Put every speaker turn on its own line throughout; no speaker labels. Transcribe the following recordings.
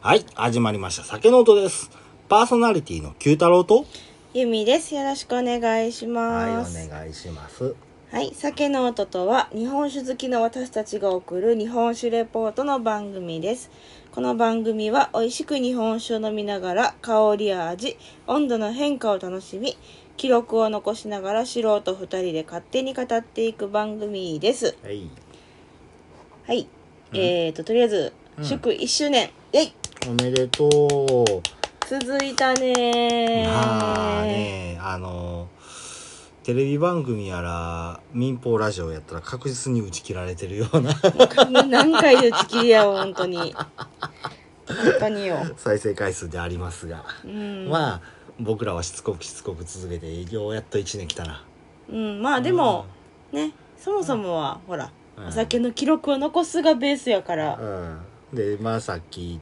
はい、始まりました。酒の音です。パーソナリティの九太郎と。
ゆみです。よろしくお願いします。はい、
願いします。
酒の音とは、日本酒好きの私たちが送る日本酒レポートの番組です。この番組は、美味しく日本酒を飲みながら、香りや味、温度の変化を楽しみ、記録を残しながら素人二人で勝手に語っていく番組です。
はい。
はい。えーと、とりあえず、
うん
祝1周年、えい
おめでとう。
続いたねー。
まあね、あの、テレビ番組やら、民放ラジオやったら確実に打ち切られてるよう な
何回で打ち切りやわ本当に本当によ、
再生回数でありますが。
うん、まあ、
まあ、僕らはしつこくしつこく続けて、ようやっと1年来たな。
うん、まあでも、ねそもそもはほら、
うん
お酒の記録を残すがベースやから、
うん、でまあさっき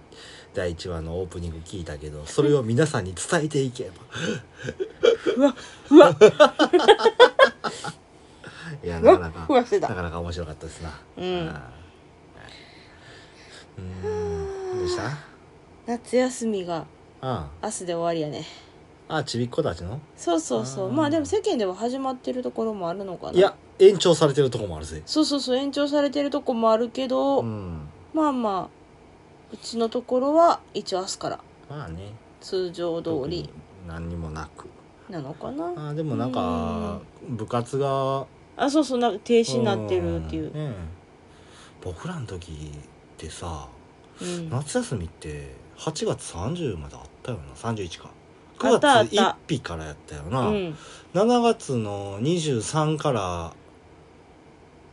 第1話のオープニング聞いたけどそれを皆さんに伝えていけば
ふわっ
いや
ふ
なかな
わっ
か
ふわして
な
た
かなか面白かったですな
うん
うんどうした
夏休みが
あ
明日で終わりやね
あちびっ子たちの
そうそうそう
あー
まあでも世間では始まってるところもあるのかない
いや延長されてるとこもあるぜ
そうそうそう延長されてるとこもあるけど、
うん
まあまあうちのところは一応明日から
まあね
通常通
特
り
に何にもなく
なのかな
ああでもなんか部活が
あそうそうなんか停止になってるっていう、
んねえ僕らの時ってさ
うん、
夏休みって8月30まであったよな31か
あ
9
ったあっ
月
た
1日からやったよな、
うん、
7月の23から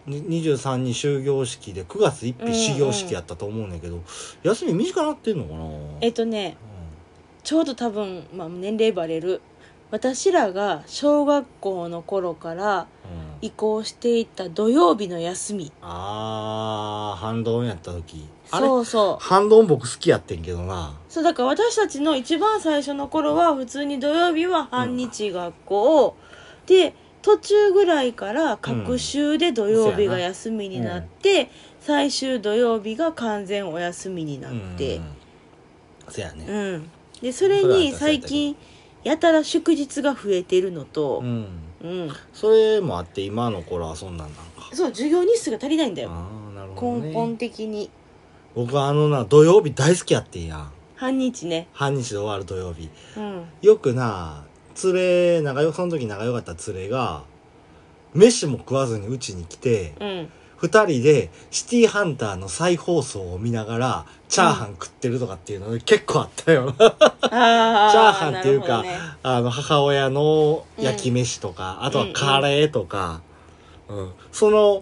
に23に終業式で9月1
うんう
日
ん
始業式やったと思うねんけど、休み短なってんのかな
えっとねちょうど多分、まあ、年齢バレる私らが小学校の頃から
うんうん
移行していった土曜日の休み
あー反動やった時あれ
そうそう
反動僕好きやってんけどな
そうだから私たちの一番最初の頃は普通に土曜日は半日学校、で途中ぐらいから各週で土曜日が休みになって、最終土曜日が完全お休みになって
うんそや
う
ね
ん、でそれ
それは私だ
に
け
最
ど
近やたら祝日が増えてるのと
う、ん
うん、
それもあって今の頃はそんなんなんか
そう授業日数が足りないんだよ
ああなるほど、ね、
根本的に
僕はあのな土曜日大好きやってんやん
半日ね
半日で終わる土曜日
うん
よくな連れ仲良その時仲良かった連れが飯も食わずにうちに来て、
うん
二人でシティハンターの再放送を見ながらチャーハン食ってるとかっていうので結構あったよ、
ああ
チャーハンっていうか
なるほどね
あの母親の焼き飯とか、あとはカレーとか、うんその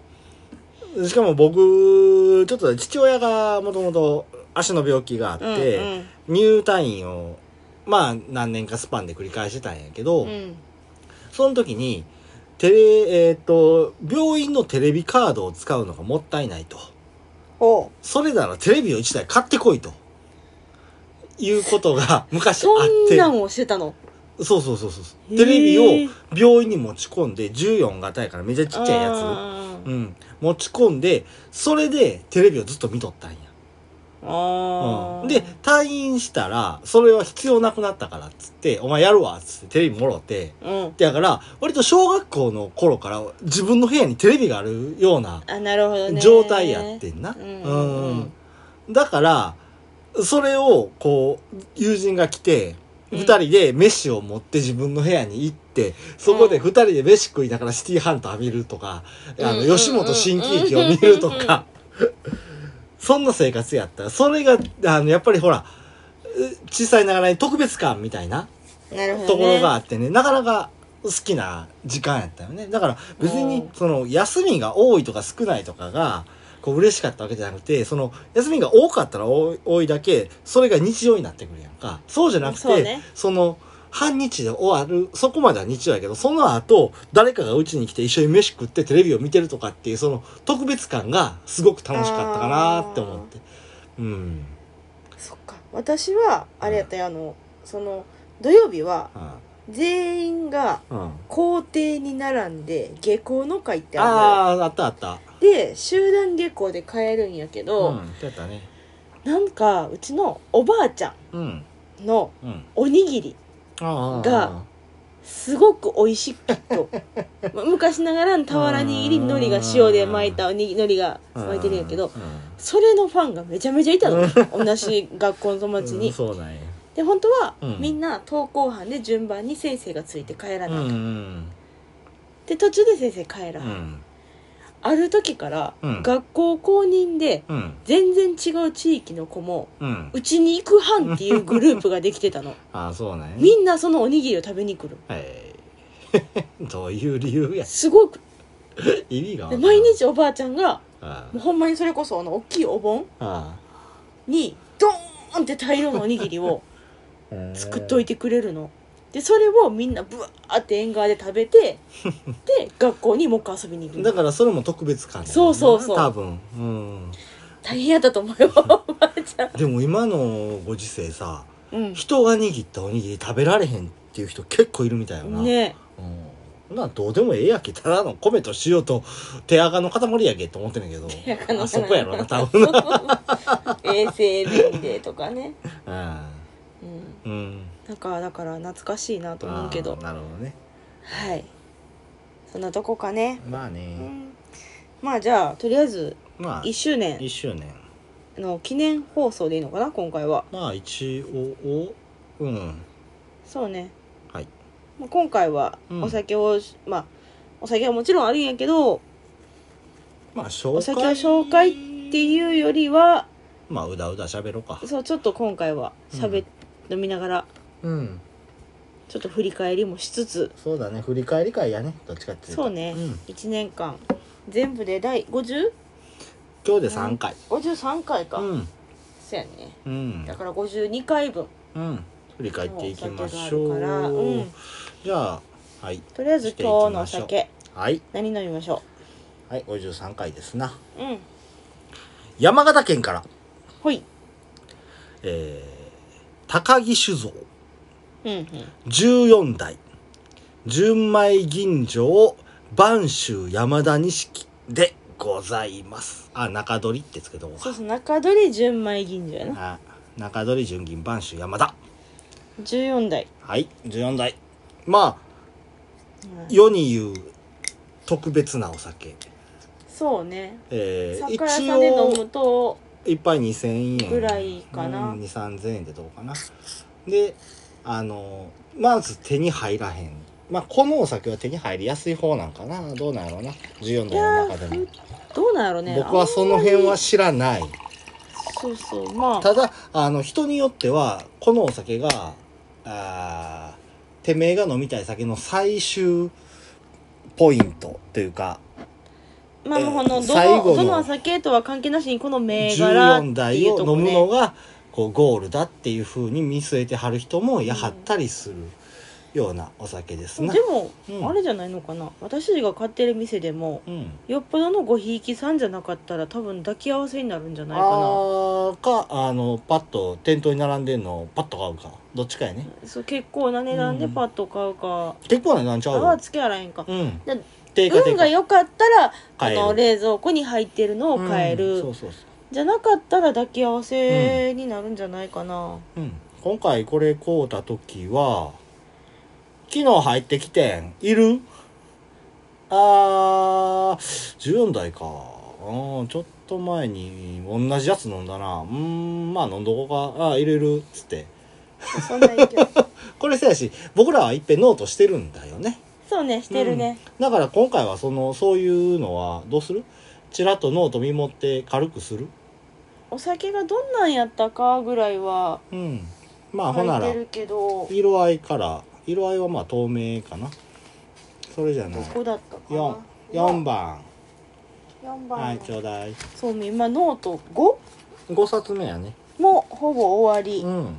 しかも僕ちょっと父親がもともと足の病気があっ
うん
て、入退院をまあ何年かスパンで繰り返してたんやけど、
うんうん
その時にテレ、えーっと病院のテレビカードを使うのがもったいないと
お
それならテレビを1台買ってこいということが昔あ
そ
っ
ん
て
なんをしてたの
そうそうそうそう
へ
そう
ー
テレビを病院に持ち込んで14型やからめちゃちっちゃいや
あ
つ、うん、持ち込んでそれでテレビをずっと見とったんや
ーあー、
うんで退院したらそれは必要なくなったからっつって「お前やるわ」っつってテレビもろて
うん
だから割と小学校の頃から自分の部屋にテレビがあるような
あなるほどね
状態やってんな、
うんうんうん
うんだからそれをこう友人が来て
うん
二人で飯を持って自分の部屋に行って、そこで二人で飯食いながらシティハンター見るとか、あ
う
の
んうんうん
吉本新喜劇を見るとか、 そんな生活やったそれがあのやっぱりほらう小さいながらに特別感みたいな
なるほど、ね、
ところがあってねなかなか好きな時間やったよねだから別に
うん
その休みが多いとか少ないとかがこう嬉しかったわけじゃなくてその休みが多かったら多い多いだけそれが日常になってくるやんかそうじゃなくて
そ
そ,、
うね
の半日で終わるそこまでは日常やけどその後誰かがうちに来て一緒に飯食ってテレビを見てるとかっていうその特別感がすごく楽しかったかなって思ってうん
そっか私はあれやったよあのその土曜日は
あ
全員が
あうん
校庭に並んで下校の会ってあるのよ
あーあったあった
で集団下校で帰るんやけ
う
ど、
んやったね
なんかうちのおばあちゃ
うん
んの
うん
おにぎり
ああ
がすごく美味しく とま昔ながらの俵に入り海苔が塩で巻いたおにぎり海苔が巻いてるんやけど
う
それのファンがめちゃめちゃいたの同じ学校の友
ん
達に、
うんそうなんや
で本当は
うん
みんな登校班で順番に先生がついて帰ら
う
ない、
んうん
で途中で先生帰
う
らない、
ん
ある時から
うん
学校公認で
うん
全然違う地域の子も
うん
うちに行く班っていうグループができてたの
ああそうなんや
みんなそのおにぎりを食べに来る
はい どういう理由や
すごく
意味がわ
で
からん
毎日おばあちゃんが
あ
もうほんまにそれこそあの大きいお盆
あ
にドーンって大量のおにぎ りを
あ
作っといてくれるのでそれをみんなブワーって縁側で食 べてで学校にもう一回遊びに行く
だからそれも特別感やねんな
そうそうそう
多分うん
大変やったと思 うよおばあちゃん
でも今のご時世さ
うん
人が握ったおにぎり食べられへんっていう人結構いるみたいよな
ね
うん、なんどうでもええやけただの米と塩と手垢の塊やけと思ってんねんけど
手垢の塊
あそこやろな多分な
衛生面でとかね、うん、
うん、うん、
なんかだから懐かしいなと思うけ
あ
ど
ーなるほどね
はいそんなとこかね、
まあ
う
ね、
ん、まあじゃあとりあえず
まあ
1周年
1周年
の記念放送でいいのかな今回は
まあ一応うん
そうね
はい
まあ今回は
うん
お酒を、まあお酒はもちろんあるんやけど
まあ紹介
お酒を紹介っていうよりは
まあうだうだ喋ろうか
そうちょっと今回はしゃべ、飲みながら
うん
ちょっと振り返りもしつつ
そうだね振り返り会やねどっちかっていうと
そうね、
ん、
1年間全部で第 50?
今日で3回
53回か、
うん
そうやね
うん
だから52回分
うん振り返っていきましょ
お
う
酒があるからうん
じゃあはい
とりあえず今日のお
してい
酒
はい
何飲みましょ
はい53回ですな
ううん
山形県から、
ほい
えー、高木酒造
うんうん
14代純米吟醸播州山田錦でございますあ中取りってつけとこう
そう
か
そう中取り純米吟醸やな
あ中取り純銀播州山田
14代
はい14代まあ世に言う特別なお酒
そうね
えー、
酒
一
屋さんで飲む
応
と
一杯2000円
ぐらいかな
うん、2000円でどうかなであのまず手に入らへんまあこのお酒は手に入りやすい方なんかなどうなんやろうな14
い
代
や
の中でも
ーどうなんやろうね
僕はその辺
あんま
は知らない
りそうそうまあ
ただあの人によってはこのお酒があーてめえが飲みたい酒の最終ポイントというか
まあもうこのど
最後の
のどのお酒とは関係なしにこの銘柄
14
って
代
いう
を
と
飲
こ
むの
ね
がこうゴールだっていうふうに見据えてはる人もやはったりするようなお酒ですな
でも、
うん
あれじゃないのかな私たちが買ってる店でも
うん、
よっぽどのごひいきさんじゃなかったら多分抱き合わせになるんじゃないかな
あーかあのパッと店頭に並んでんのをパッと買うかどっちかやね
そう結構な値段でパッと買うか、
結構な値段ちゃ
あは
う
つけあらへんか、
ようん
で
定価定
運が
価
良かったらあ
買える
の冷蔵庫に入ってるのを買える、
うんそうそうそ
じゃなかったら抱き合わせになるんじゃないかな、
う、うん、今回これ買うた時は昨日入ってきてんいるあー14代かうんちょっと前に同じやつ飲んだなうーんまあ飲んどこうかあーいれるっつって
そんな 勢い
これせやし僕らはいっぺんノートしてるんだよね
そうねしてるね、
うんだから今回はそのそういうのはどうするちらっとノート見持って軽くする
お酒がどんなんやったかぐらいは
うんまあほ
入
な
って
ら
るけど
色合いから色合いはまあ透明かなそれじゃな
ど
い
こだったかな
4四番
四番の、
はいちょうだい
そう今ノート5
5冊目やね
もほぼ終わり、
うん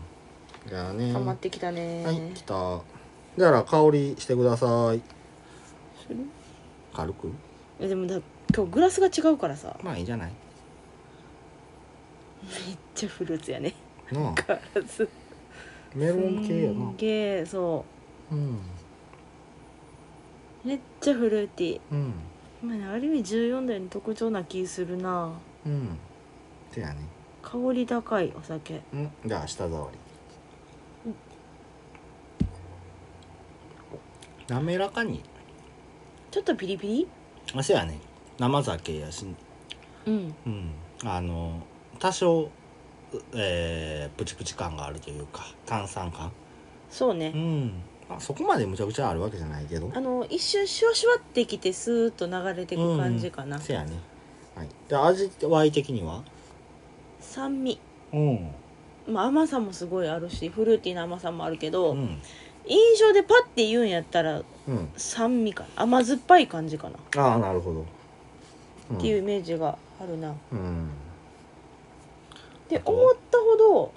じゃあね
溜まっ
は
てきたね、
い来ただから香りしてください
する
軽く
えでもだ今日グラスが違うからさ
まあいいんじゃない
めっちゃフルーツやね
なあ
ガラス
メロン系や
す
なん
げえそ
うん
うめっちゃフルーティー
うん
まあねある意味14代の特徴な気するな
うんてやね
香り高いお酒
うんじゃあ舌触り滑らかに
ちょっとピリピリ
あせやね生酒やし
うん
うんあの多少うえー、プチプチ感があるというか炭酸感
そうね
うんあそこまでむちゃくちゃあるわけじゃないけど
あの一瞬シュワシュワってきてスーッと流れてく感じかな、
うんせやねはいで味わい的には
酸味、
うん
まあ、甘さもすごいあるしフルーティーな甘さもあるけど、
うん
印象でパッて言うんやった
う
ら
ん
酸味かな甘酸っぱい感じかな、
ああなるほど、うん、
っていうイメージがあるな
うん
で
あ
思ったほど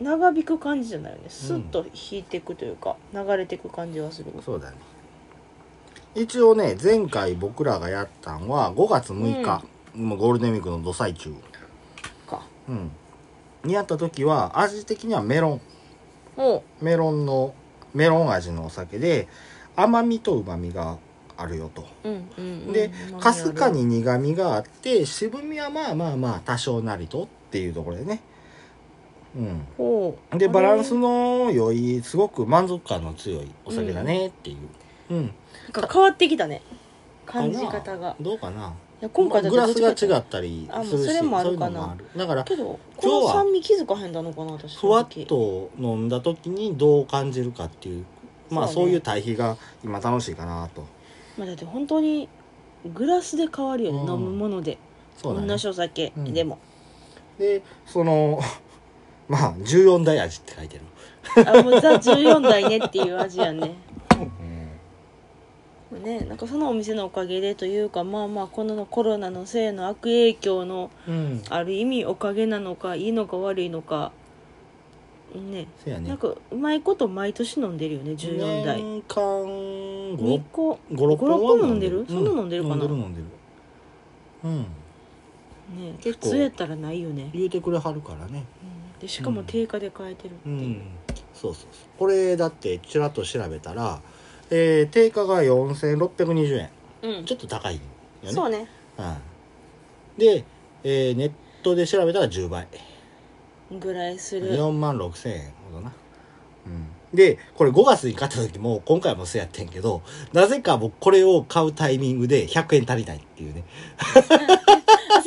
長引く感じじゃないよねスッと引いていくというか、流れていく感じはする
そうだね一応ね前回僕らがやったんは5月6日、もうゴールデンウィークのど最中、
か
うん、にやった時は味的にはメロン
おう
メロンのメロン味のお酒で甘みと旨みがあるよと
うんうんうん
で
まあ
かすかに苦みがあって渋みはまあまあまあ多少なりとっていうところでねうん
ほう
で
あれ
バランスの良いすごく満足感の強いお酒だねっていう、うん、
なんか変わってきたね感じ方が
かなどうかない
や今回だ
まあ
って
グラスが違ったり
あもう
するし
それもあるか
そうい
な
うのもあるだから
けど
今日
こ
は
の酸味気づかへんだのかな私
ふわっと飲んだ時にどう感じるかっていうまあ
そ
そうう
ね
いう対比が今楽しいかなと
まあ、だって本当にグラスで変わるよね、
うん
飲むもので、
そうだ
同
ね
じお酒
うん
でも、
でその まあ14大味って書いてる、
あもうザ14代ねっていう味やねねなんかそのお店のおかげでというかまあまあこのコロナのせいの悪影響の
うん
ある意味おかげなのかいいのか悪いのかね
そうやね
なんかうまいこと毎年飲んでるよね14代
年間56
2個
56本は
五六本も飲んでる
う
そんな飲んでるかな
飲んでる飲んでる
ね
結
普
構
通やったらないよね
うん、言うてくれはるからね
うんでしかも定価で買えてるって
う
いう、
んそうそうそうこれだってちらっと調べたら、えー定価が4620円
うん
ちょっと高いよね
そうね
うん、で、えーネットで調べたら10倍
ぐらいする
4万6千円ほどな、うん、でこれ5月に買った時も今回もそうやってんけどなぜか僕これを買うタイミングで100円足りないっていうね
あそ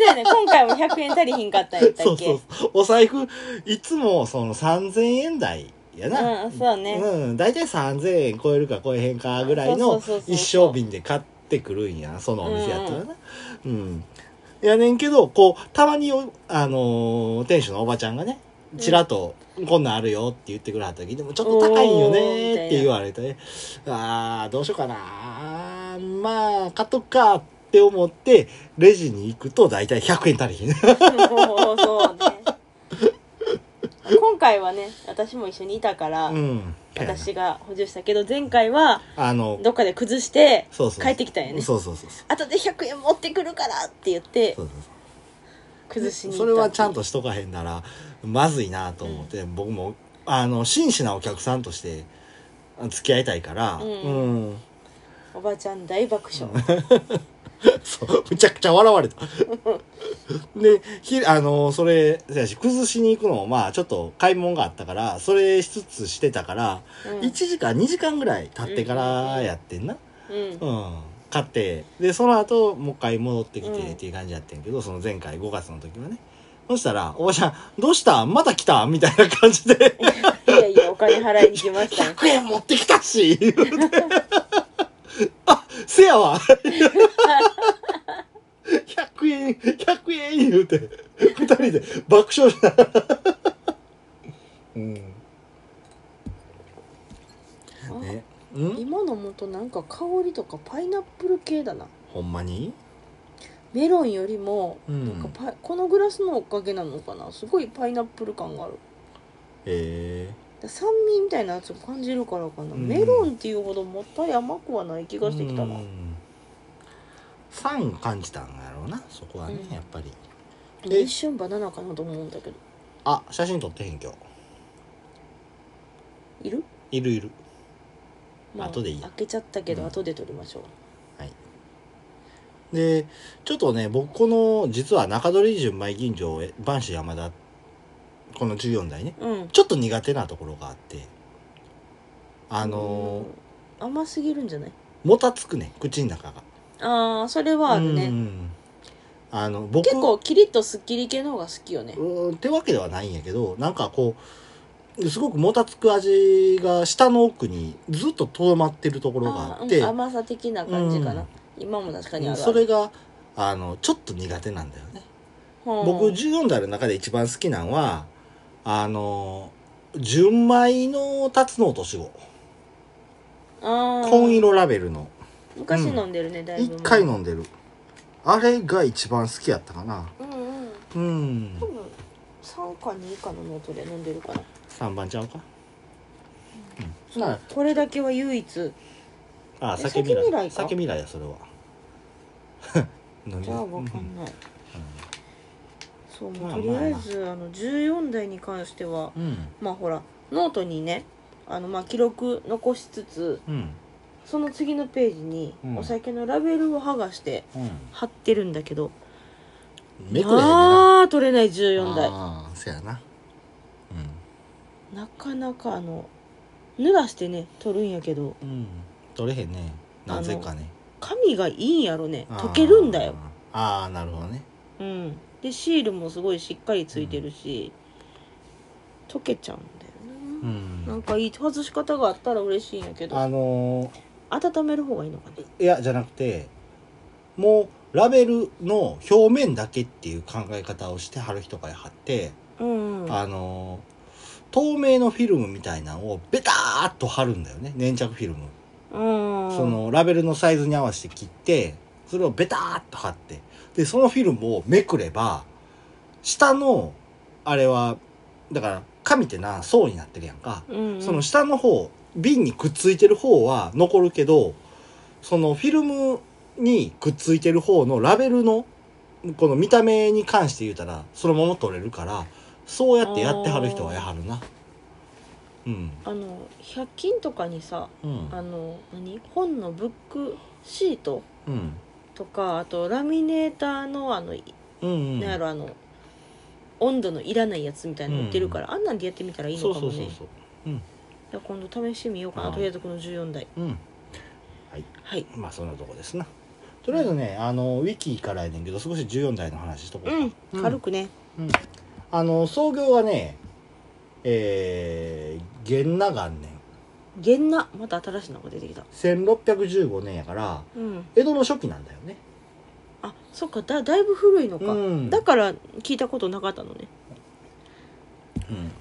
うやね今回も100円足りひんかったんやったっ け
そうそうそうお財布いつもその3000円台やな
うんそうね
うん、大体3000円超えるか超えへんかぐらい
そう
の
そうそうそう
一升瓶で買ってくるんやそのお店やったらなうん、やねんけどこうたまにおあのー店主のおばちゃんがねちらっと、こんなんあるよって言ってくれはった時でもちょっと高いんよねーって言われて、ね、あーどうしようかなまあ買っとくかって思ってレジに行くと大体100円足りひん
そうそうね今回はね私も一緒にいたから、
うん、
私が補充したけど前回は
あの
どっかで崩して
そうそう
帰ってきたんやね
そうそうそうそう
後で100円持ってくるからって言って
そうそう
崩しに行った
それはちゃんとしとかへんならまずいなと思って、僕もあの真摯なお客さんとして付き合いたいから
う
うんん、
おばちゃん大爆笑
そうむちゃくちゃ笑われた でひあのそれせやし崩しに行くのもまあちょっと買い物があったからそれしつつしてたから、
うん
1時間2時間ぐらい経ってからやってんな、
うん
うん、買ってでその後もう一回戻ってき
うん
てっていう感じやってんけど、その前回5月の時はねそしたら「おばちゃんどうしたまた来た?」みたいな感じで
いやいやお金払いに来
「
ましたね
100円持ってきたし」言うて 「あせやわ」100円100円言うて2人で爆笑しながら うんねうん
今のもとなんか香りとかパイナップル系だな
ほんまに
メロンよりも
うん
なんかパイこのグラスのおかげなのかなすごいパイナップル感がある
ええ
だ酸味みたいなやつを感じるからかな、
うん
メロンっていうほどもったい甘くはない気がしてきたな、
うん酸感じたんやろうなそこはね、
うん
やっぱりで
一瞬バナナかなと思うんだけど
あ写真撮ってへん今日
いる、
いるいる後でいいや
開けちゃったけど、
うん
後で取りましょう
はいでちょっとね僕この実は中取り純米吟醸え播州山田この14代ね
うん
ちょっと苦手なところがあってあの
うん甘すぎるんじゃない
ーもたつくね口の中が
ああそれはある
う
ね
んあの僕
結構キリッとスッキリ系の方が好きよね
うんってわけではないんやけどなんかこうすごくもたつく味が下の奥にずっととどまってるところがあって
ーうん甘さ的な感じかな、
うん
今も確かにあるある
それがあのちょっと苦手なんだよね、
うん
僕14代の中で一番好きなのはあの純米のタツノオトシゴ
あー
紺色ラベルの
昔飲んでるね、だいぶ
1回飲んでるあれが一番好きやったかな
うんうん
うん
多分3か2かのノートで飲んでるかな
3番ちゃうか、うん、
そうこれだけは唯一
ああ
え
酒未
酒未
来
来か
酒未来やそ れは飲んで
じ
る
ゃあ分か
うん
んない、そうもう
まあ
とりあえずあの14代に関しては
うん
まあほらノートにねあのまあ記録残しつつ
うん
その次のページに
うん
お酒のラベルを剥がして
うん
貼ってるんだけど、
めくれへんねな
ああ取れない14代
ああそやな
なかなかあの濡らしてね取るんやけど
うん、うん、取れへんねなぜかね
紙がいいんやろね
あー
溶けるんだよ
ああなるほどね
うんでシールもすごいしっかりついてるし、溶けちゃうんだよ
う
ね、なんんかいい外し方があったら嬉しいんやけど
あの
温める方がいいのかね
ーいやじゃなくてもうラベルの表面だけっていう考え方をして貼る人が貼って、
うんうん
あのー透明のフィルムみたいなのをベターっと貼るんだよね粘着フィルム
うん
そのラベルのサイズに合わせて切ってそれをベターっと貼ってでそのフィルムをめくれば下のあれはだから紙ってな層になってるやんか、
うんうん
その下の方瓶にくっついてる方は残るけどそのフィルムにくっついてる方のラベルのこの見た目に関して言うたらそのまま取れるからそうやってやってはる人はやはるなうん
あの100均とかにさ
うん
あの何本のブックシート
うん
とかあとラミネーターのあの、い
うん
なんやろあの温度のいらないやつみたいなの売ってるから、あんなんでやってみたらいい
そ
の
う
か
そう
もね
そう
い
そう
や今度試してみようかな、
はい
とりあえずこの14台
うん
はい
まあそんなとこですなとりあえずねあのウィキからやねんけど少し14代の話しとこうか
うん軽くね
うんあの創業がねえー、元那元年
源那また新しいのが出てきた
1615年やから
うん
江戸の初期なんだよね
あそっかだだいぶ古いのか、
うん
だから聞いたことなかったのね
うん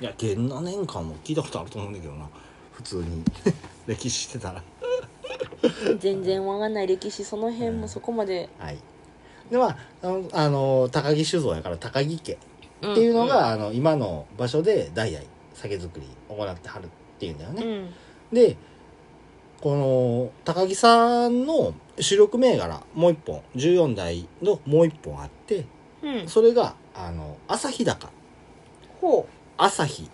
いや元那年間も聞いたことあると思うんだけどな普通に 歴史してたら
全然わかんない歴史その辺もそこまで、
はいでまああのあの高木酒造やから高木家
ん
っていうのが、あの今の場所で代々酒造り行ってはるっていうんだよ
う
ね、
ん
でこの高木さんの主力銘柄もう一本14代のもう一本あって
うん
それがあの朝日高
ほ
朝日、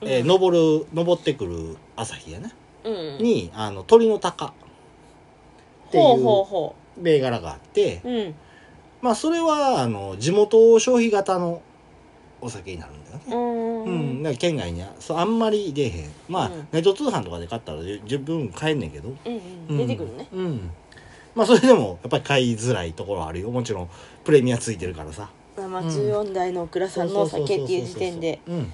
う、
えー
うん
登る登ってくる朝日やね、
うん
にあの鳥の鷹って
ほう
い
ほう
う
ほ
銘柄があって
ううん
まあそれはあの地元消費型のお酒になるんだよね
う、
う、
んうんん
だから県外にはそうあんまり出えへんまあ、
うん
ネット通販とかで買ったらじゅ十分買えんねんけど、
うん出てくるね
うん、まあそれでもやっぱり買いづらいところはあるよもちろんプレミアついてるからさ
まあ
うん
14代のオクラさんのお酒っていう時点で
そうそうそうそううん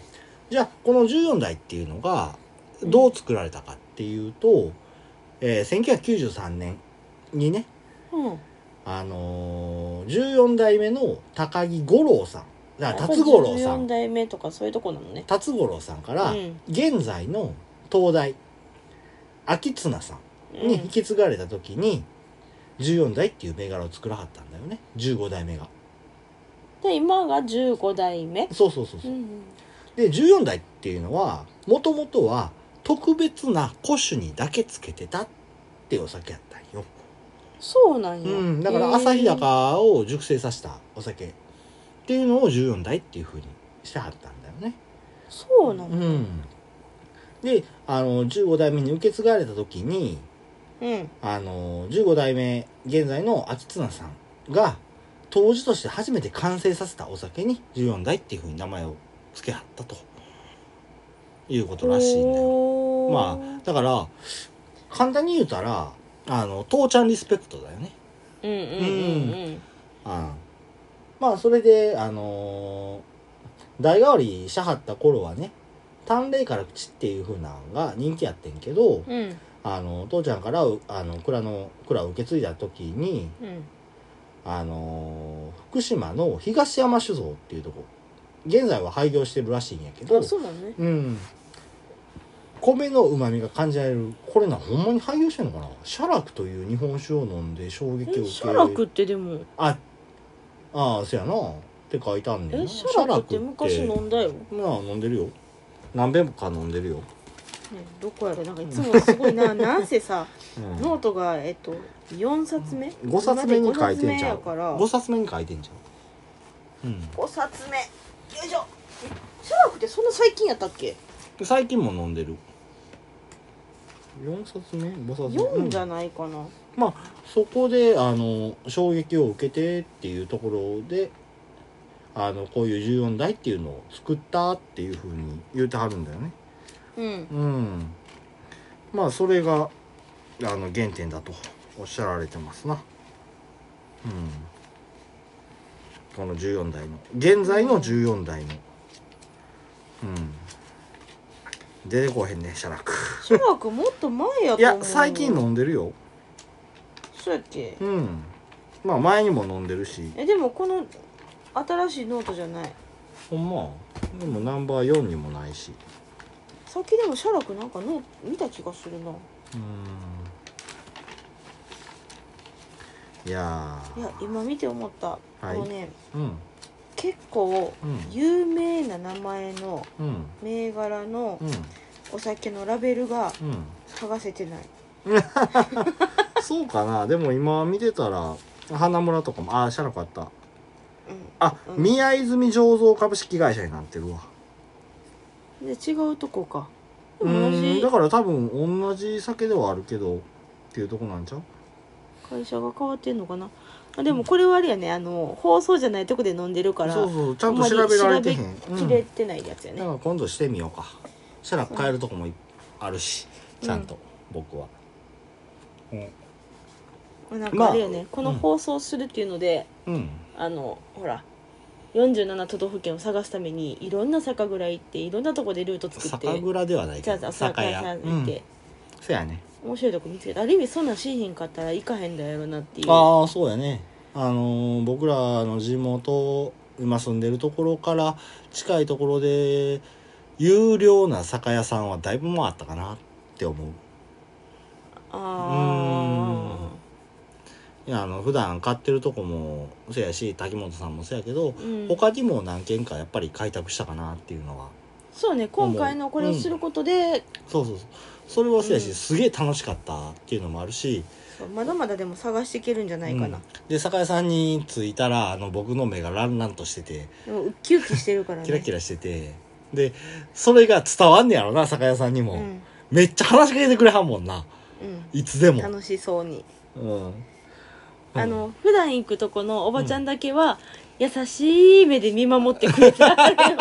じゃあこの14代っていうのがどう作られたかっていうと、えー1993年にね
うん
あのー、14代目の高木五郎さんだから辰五郎さ
14
ん
代目とかそういうとこなのね
辰五郎さんから、
うん
現在の東大秋綱さんに引き継がれた時に、14代っていう銘柄を作らはったんだよね15代目が
で今が15代目
そうそうそう
う
そう、
ん
で14代っていうのはもともとは特別な古酒にだけつけてたってお酒やったんよ、
そうなん
う
や
ん、だから朝日高を熟成させたお酒っていうのを14代っていうふうにしてはったんだよね
そうなの
うんであの15代目に受け継がれた時に
うん
あの15代目現在の秋綱さんが当時として初めて完成させたお酒に14代っていうふうに名前をつけはったということらしいんだよ。まあだから簡単に言うたらあの父ちゃんリスペクトだよね。
うんうんうん
うん、まあそれであのー代替わりしはった頃はね淡麗から口っていう風なんが人気やってんけど、
うんうん
あの父ちゃんからうあの蔵の蔵を受け継いだ時に
うん
あのー福島の東山酒造っていうとこ現在は廃業してるらしいんやけど
あそうだね
うん米のうまみが感じられるこれなほんまに廃業してんのかなシャラクという日本酒を飲んで衝撃を受け
えシャラクってでも
あああそやなって書いたんねん
え
な
シャラクって昔飲んだよ、ね
まあ飲んでるよ何べんか飲んでるよ、
どこやろなんかいつもすごいななんせ さ
うん
ノートがえっと四冊目
5冊目に書いてん
五冊
ち
目
ゃ
や
う
から
5冊目に書いてんちゃううん
5冊目よいしょシャラクってそんな最近やったっけ
最近も飲んでる4冊目5冊目
4じ
う
ゃ
ん
ないかな
まあそこであの衝撃を受けてっていうところであのこういう14代っていうのを作ったっていうふうに言うてはるんだよね
うん
うんまあそれがあの原点だとおっしゃられてますなうんこの14代の現在の14代のうん出てこうへんね写楽
シャラクもっと前やと思う
い
い
や最近飲んでるよ
そうやっけ
うんまあ前にも飲んでるし
えでもこの新しいノートじゃない
ほんまでもナンバー4にもないし
さっきでもシャラクなんかノート見た気がする
う
な
んいやー
いや今見て思った、
はい
このね
うん
結構
うん
有名な名前の
うん
銘柄の
うん
お酒のラベルが
うん
剥がせてない
そうかな でも今見てたら花村とかもああシャラクあったあ、
うん
宮泉醸造株式会社になってるわ
うんで違うとこかで
う
も同
ん
じ
だから多分同じ酒ではあるけどっていうとこなんちゃう
会社が変わってんのかなあでもこれはあれやねあの放送じゃないとこで飲んでるから
そうそうちゃんと調べられてへん
あまり
う
調
ん
べきれてないやつやね、
だから今度してみようかシャラク買えるとこもいあるしちゃんと、僕は、うん
なんかあれよね、この
うん
放送するっていうので、
うん、
あのほら47都道府県を探すためにいろんな酒蔵行っていろんなとこでルート作って
酒蔵ではない
じ
け
ゃあ
ど
酒
酒
屋
屋
さん
う
行って
ん、、そやね
面白いとこ見つけたある意味そんなんしへんかったら行かへんだやろなっていう
ああそうやねあのー僕らの地元今住んでるところから近いところで有料な酒屋さんはだいぶもあったかなって思う
あ
いやあの普段買ってるとこもせやし滝本さんもせやけど、
ーうん
他にも何軒かやっぱり開拓したかなっていうのは
そうね今回のこれをすることで、
そうそうそうそれはせやし、
うん
すげえ楽しかったっていうのもあるし、
そうまだまだでも探していけるんじゃないかな
うん、で酒屋さんに着いたらあの僕の目がランランとしてて
でもウッキウキしてるからね
キラキラしてて、でそれが伝わんねやろな酒屋さんにも、
うん、
めっちゃ話しかけてくれはんもんな
う
いつで
ん、
も、
楽しそうに
うん、
あの普段行くとこのおばちゃんだけは、優しい目で見守ってくれてある よ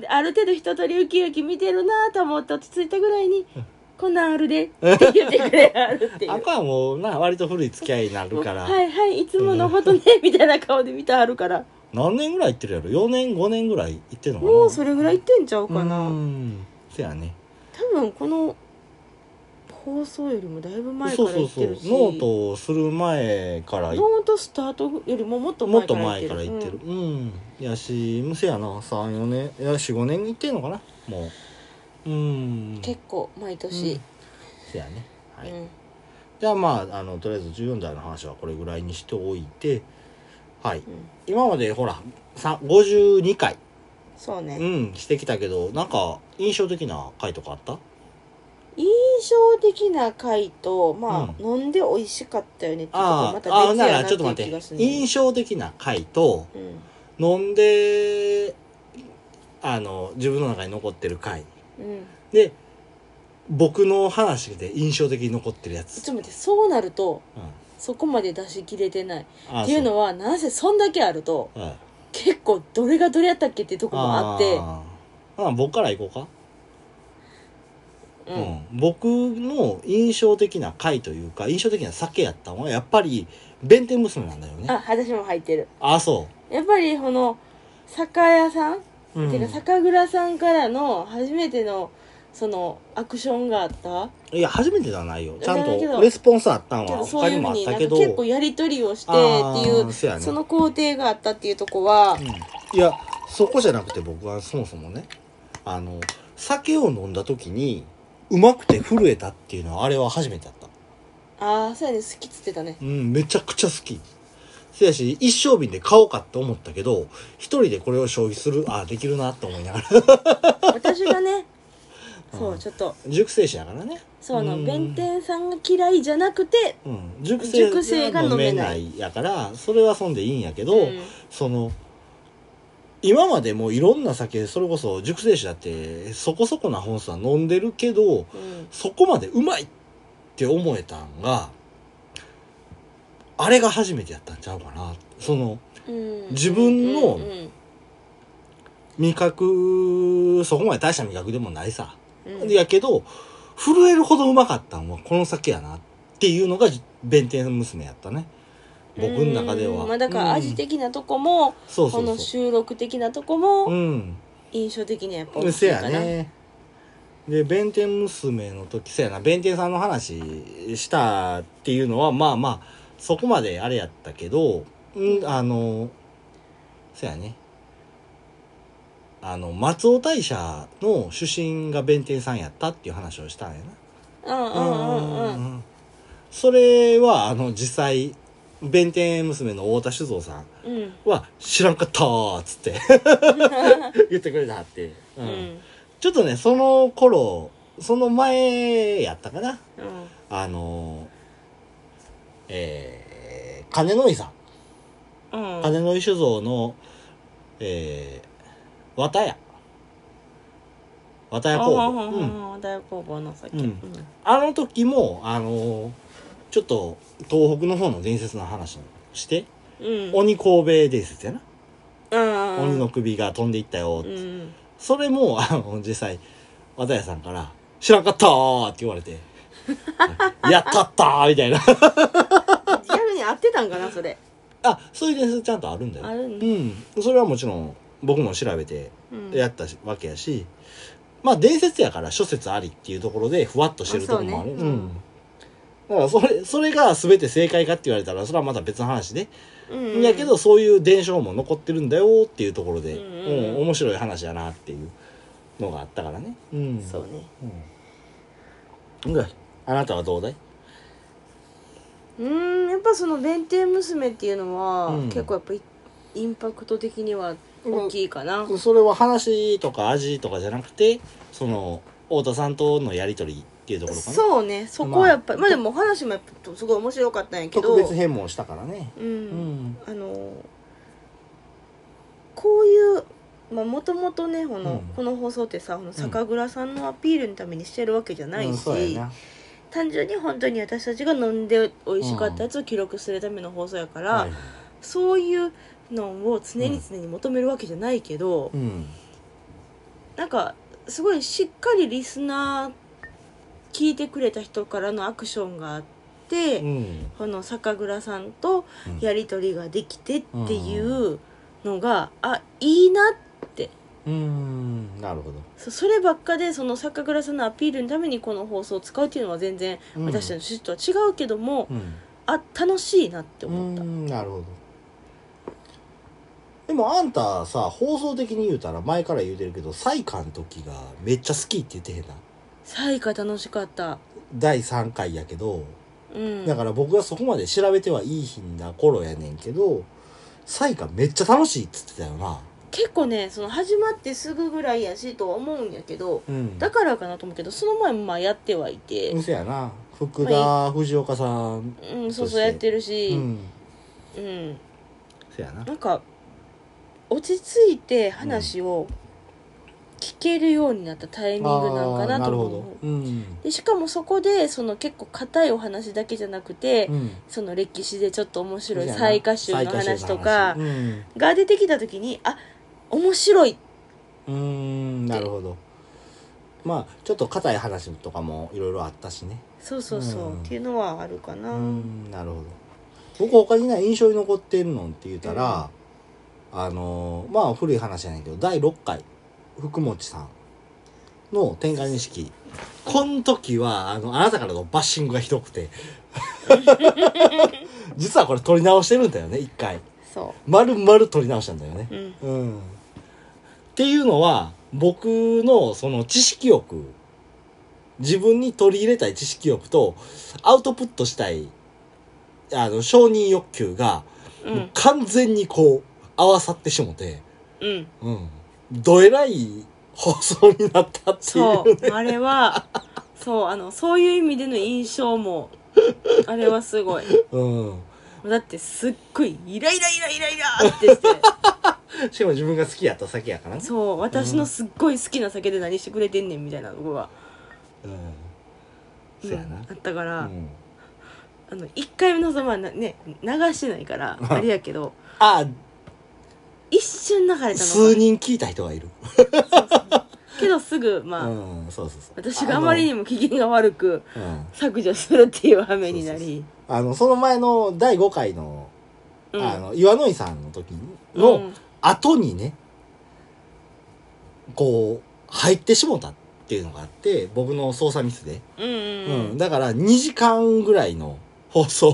である程度一通りウキウキ見てるなと思って落ち着いたぐらいに「こんなんあるで」って言ってくれはるって い
あ
う
と。はもうな割と古い付き合いになるから、
はいはいいつものことねみたいな顔で見てはるから
何年ぐらい行ってるやろ4年5年ぐらい行ってるのかな
もうそれぐらい行ってんちゃうかな
うんせやね
多分この放送よりもだいぶ前か
そ
ら
うそ
行
うそうノ
ってるし
ートをする前から行っ
ノートスタートよりももっと
もっ
前
と
から行っ
前
て
か
る
ら行ってるうん、やしむせやな34年いや45年行ってんのかなもううん
うん結構毎
う
年
ん、せやねはい、
うん
じゃあまああのとりあえず14代の話はこれぐらいにしておいてはい今までほらさ52回
そうね
うんしてきたけどなんか印象的な回とかあった
印象的な回とまあ、
う
飲んで美味しかったよねっていうところ
あ
ま
ーあ
た
ー
別
な
や
ら
な
ち
っ
ょってと待っ
いう気がす
て
るね
印象的な回と
うん
飲んであの自分の中に残ってる回
うん、
で僕の話で印象的に残ってるやつ、
ちょっと待ってそうなると
うん、
そこまで出し切れてない
あー
っていうのはなんせそんだけあると
そううん
結構どれがどれやったっけっていうとこもあって
ーほな僕から行こうか、
う
う
ん
ん僕の印象的な回というか印象的な酒やったのはやっぱり弁天娘なんだよね
あ私も入ってる
ああそ
やっぱりこの酒屋さん、
う、うん
ていうか酒蔵さんからの初めてのそのアクションがあった
いや初めてではないよちゃん
だけ
と
ど
レスポンスあったん
け
は
どそ
他
うい
に
うふ
も
う
あっ
にな
た
ん
け
か
ど
結構やり取りをしてって
あ
いう
ー
そ
そやね
の工程があったっていうとこは、
いやそこじゃなくて僕はそもそもねあの酒を飲んだ時にうまくて震えたっていうのはあれは初めてだった
ああそうやね好きっつってたね
うんめちゃくちゃ好きせやし一升瓶で買おうかって思ったけど一人でこれを消費するあできるなって思いながら
私がねそううんちょっと
熟成酒だからね
そうあの
うん
弁天さんが嫌いじゃなくて
うん熟成
熟成が飲めない
飲めやからそれはそんでいいんやけど、
うん
その今までもいろんな酒それこそ熟成酒だってそこそこな本数は飲んでるけど
うん
そこまでうまいって思えたんがあれが初めてやったんちゃうかなその
うん
自分の
うんうん
味覚そこまで大した味覚でもないさ、
うん
やけど震えるほどうまかったんはこの酒やなっていうのが弁天娘やったね僕の中で
う
は
んまあ、だから味
的
的なとこも、
そうそ
こ
う
の
そ
収録的なとこ
うう
も
ん
印象的にはやっぱ
う
大
ん
き
せ
い
や
かな、
ねで弁天娘の時せやな弁天さんの話したっていうのはまあまあそこまであれやったけど、うん、あのせやねあの松尾大社の主審が弁天さんやったっていう話をしたんや
うんう
な、
んうんうん
んそれはあの実際弁天娘の太田酒造さん
うん
は「知らんかった」っつって 言ってくれたって、
うんうん
ちょっとね、その頃、その前やったかな。
うん
あの、えー、金の井さん。金の井酒造の、えー、綿屋。綿屋工
あ
房。うん。
ああ大工房の先
うんあの時も、あの、ちょっと、東北の方の伝説の話をして、
うん
鬼神戸伝説やな。鬼
鬼
の首が飛んでいったよ
う。ん
それも、あの、実際、和田屋さんから、知らんかったーって言われて、 やったったーみたいな。
リアルに合ってたんかなそれ
あ、そういう伝説ちゃんとあるんだよ。
あるんだ
うん。それはもちろん、僕も調べて
うん
やったしわけやし、まあ伝説やから諸説ありっていうところで、ふわっとしてるところもある。
あ
う
そうね
ん。だからそれ、それが全て正解かって言われたら、それはまた別の話で、
うん
やけどそういう伝承も残ってるんだよっていうところで、
うんうんうん
うん面白い話やなっていうのがあったからね。うん。
そうね
うんうんあなたはどうだい
うんやっぱその弁天娘っていうのは
うん
結構やっぱイインパクト的には大きいかな
それは話とか味とかじゃなくてその太田さんとのやり取りっていうところかな
そうねそこはやっぱりまあでも話もやっぱすごい面白かったんやけど
特別編もしたからね
う
うんん
あのこういうまあもともとねこの,、
うん
この放送ってさこの酒蔵さんのアピールのためにしてるわけじゃないし、
うんそうやな
単純に本当に私たちが飲んで美味しかったやつを記録するための放送やから、
はい
そういうのを常に常に求めるわけじゃないけど、
うん
なんかすごいしっかりリスナー聞いてくれた人からのアクションがあって。
うん
この酒蔵さんとやり取りができてっていうのが、あいいなって
うんなるほど
そそればっかでその酒蔵さんのアピールのためにこの放送を使うっていうのは全然
うん
私たちの趣旨とは違うけども、
うん
あ楽しいなって
う
思った、
んなるほどでもあんたさ放送的に言うたら前から言うてるけど西韓時がめっちゃ好きって言ってへんな
サイカ楽しかった
第3回やけど
うん
だから僕がそこまで調べてはいいひんな頃やねんけど、サイカめっちゃ楽しいっつってたよな。
結構ねその始まってすぐぐらいやしとは思うんやけど
うん
だからかなと思うけどその前もまあやってはいて、
嘘やな。福田、藤岡さん。
うんそうそうやってるし、
うん。
うん、
そやな。
なんか落ち着いて話を聞けるようになったタイミングなんかな
あー
と
る
思
ほ
う、
ど。うん。
でしかもそこでその結構硬いお話だけじゃなくて、
うん。
その歴史でちょっと面白い
そやな
再歌集の話とか
うん。
が出てきた時にあ面白いっ
うーんなるほどまあちょっと硬い話とかもいろいろあったしね
そうそうそう、
うん
っていうのはあるかな、
うんなるほど僕他にね印象に残ってるのって言ったら、あのまあ古い話じゃないけど第6回福持さんの転換式この時はあのあなたからのバッシングがひどくて実はこれ撮り直してるんだよね一回
そ
丸々撮り直したんだよね
ううん
うんっていうのは僕のその知識欲自分に取り入れたい知識欲とアウトプットしたいあの承認欲求が
う
もうん完全にこう合わさってしもて、
うん
うん、どえらい放送になったってい
そううあれはそうあのそういう意味での印象もあれはすごい だってすっごいイライライライライラってして
うん、しかも自分が好きやった先やからね、
そう私のすっごい好きな酒で何してくれてんねんみたいなのが、
うん、
う
そやな、
んあったから、
うん
あの1回目のそばなね流してないからあれやけど
あ
一瞬流れた
数
の
人聞いた人がいる、
けどすぐまあ、
うんそうそうそう
私があまりにも機嫌が悪く
あのうん
削除するっていう羽目になり
あの、その前の第5回の、
うん
あの、岩野井さんの時の
うん
後にね、こう、入ってしもたっていうのがあって、僕の操作ミスで。
うん
う
うん
ん。だから2時間ぐらいの放送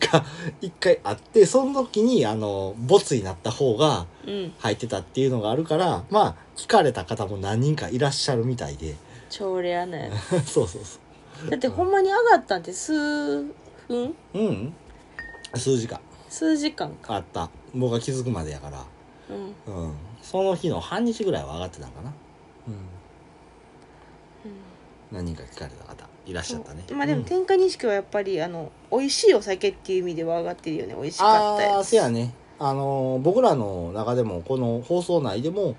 が1回あって、その時に、あの、ボツになった方が
うん、うん、
入ってたっていうのがあるから、まあ、聞かれた方も何人かいらっしゃるみたいで。
超レアなや
そうそうそ
つだってほんまに上がったんって数分
う。うん。数時間
数時間か、
あった。僕が気づくまでやから。
うん、
うん、その日の半日ぐらいは上がってたのかな、うん、何人か聞かれた方いらっしゃったね
まあでも
うん
天下錦はやっぱりあの美味しいお酒っていう意味では上がってるよね美味しかった
あ
や
あ
つ
せやねあのー僕らの中でもこの放送内でも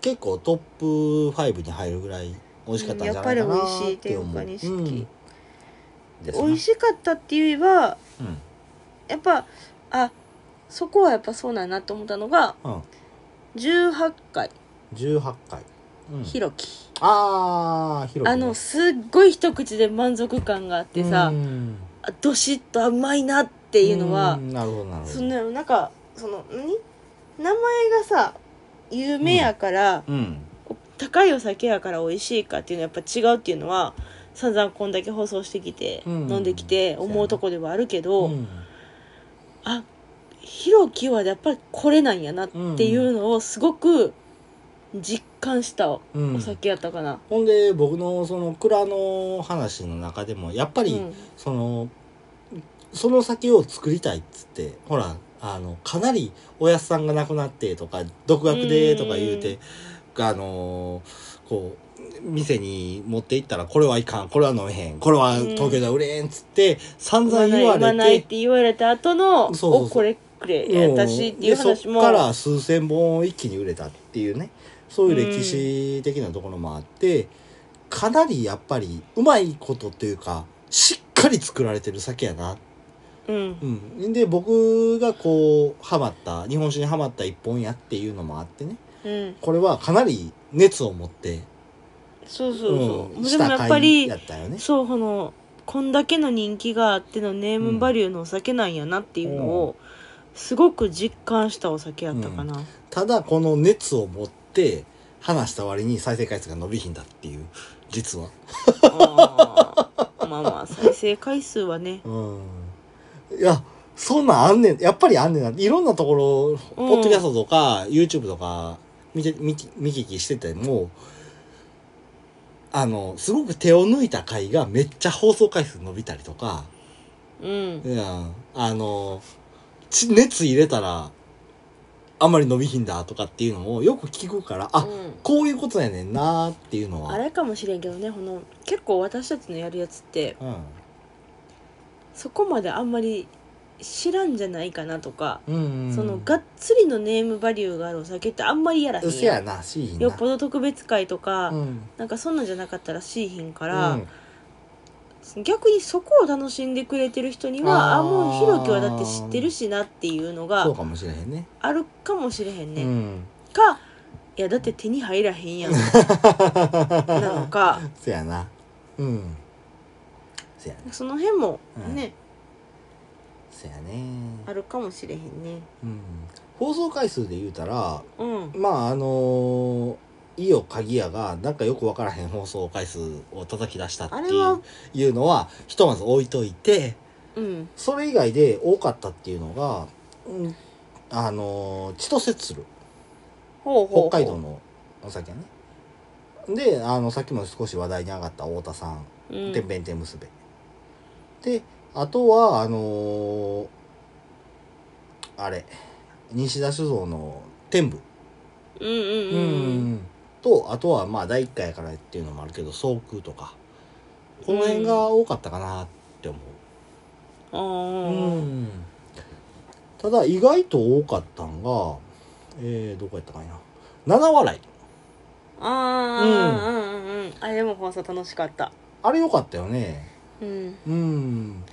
結構トップ5に入るぐらい美味しかったんじゃないかなって思う
うんやっぱり美味しい天下錦
うんですな
美味しかったっていうよりは
うん
やっぱあそこはやっぱそうなんやなと思ったのが
うん、
18回
18回、うん、
ひろき、
ああ広
あのすっごい一口で満足感があってさ、
うん、
あどしっと甘いなっていうのは、
んなるほどなるほ
そ
ど
のなんかその何名前がさ有名やから、
うん
高いお酒やから美味しいかっていうのはやっぱ違うっていうのは散々こんだけ放送してきて、
うん
飲んできて思うとこではあるけ
う
ど、
ん
あひろきはやっぱりこれなんやなっていうのをすごく実感したお
うん
酒やったかな。
ほんで僕のその蔵の話の中でもやっぱ
う
り、
ん
そのその酒を作りたいっつってほらあのかなりおやすさんが亡くなってとか独学でとか言うてあのこう店に持って行ったらこれはいかんこれは飲めへんこれは東京では売れへんっつって散
言わ
々
ない
言わ
言わない
れ。
ってて言われた後の
そうそうそう
おこれくれやったしってい
で
う話
そ
も
っから数千本一気に売れたっていうねそういう歴史的なところもあって、かなりやっぱりうまいことというかしっかり作られてる酒やな、
うん
うん、で僕がこうハマった日本酒にハマった一本やっていうのもあってね
うん、
これはかなり熱を持って
そうそうそう、
ん
でも
した
やっぱり
回やったよね
そうこのこんだけの人気があってのネームバリューのお酒なんやなっていうのを、すごく実感したお酒やったかな、
ただこの熱を持って話した割に再生回数が伸びひんだっていう実は
あーまあまあ再生回数はね
うんいや、そんなんあんねん。やっぱりあんねんな。いろんなところ、ポッドキャストとか、YouTube とか、見て、見き見聞きしてても、あの、すごく手を抜いた回がめっちゃ放送回数伸びたりとか、
うん
いや、あの、ち熱入れたら、あんまり伸びひんだとかっていうのをよく聞くから、あ、
うん
こういうことやねんなーっていうのは。
あれかもしれんけどねこの結構私たちのやるやつって
うん。
そこまであんまり知らんじゃないかなとか、
うんうん。
そのがっつりのネームバリューがあるお酒ってあんまりやらへん
うせ
や
や
ん
な、しーひんな。
よっぽど特別会とか、
うん。
なんかそんなんじゃなかったらしいひんから、
うん
逆にそこを楽しんでくれてる人にはあ
あー
もうひろきはだって知ってるしなっていうの
そ
が
うかもしれへんね。
あるかもしれへんね、
うん
かいやだって手に入ら へんやんなのか
そやなうんそや
その辺も
うん
ね、
そやね
あるかもしれへんね
うん放送回数で言うたら
うん
まああのー、イオ鍵屋がなんかよくわからへん 放送回数を叩き出したって
あれは
いうのはひとまず置いといて
うん
それ以外で多かったっていうのが、うん、あのー千歳鶴
ほうほうほう
北海道のお酒やねであのさっきも少し話題に上がった太田さん
うん
てんべんてん結べ。で、あとは、あのーあれ、西田酒造の天部。
うん
う
うんうん
んと、あとは、まあ、第一回やからっていうのもあるけど、総空とか。この辺が多かったかなって思
あ
う。
ー
んただ、意外と多かったんが、えー、どこやったかいな。七笑い。
あーうんうんうんあれも放送楽しかった
あれ良かったよね。
うん
うん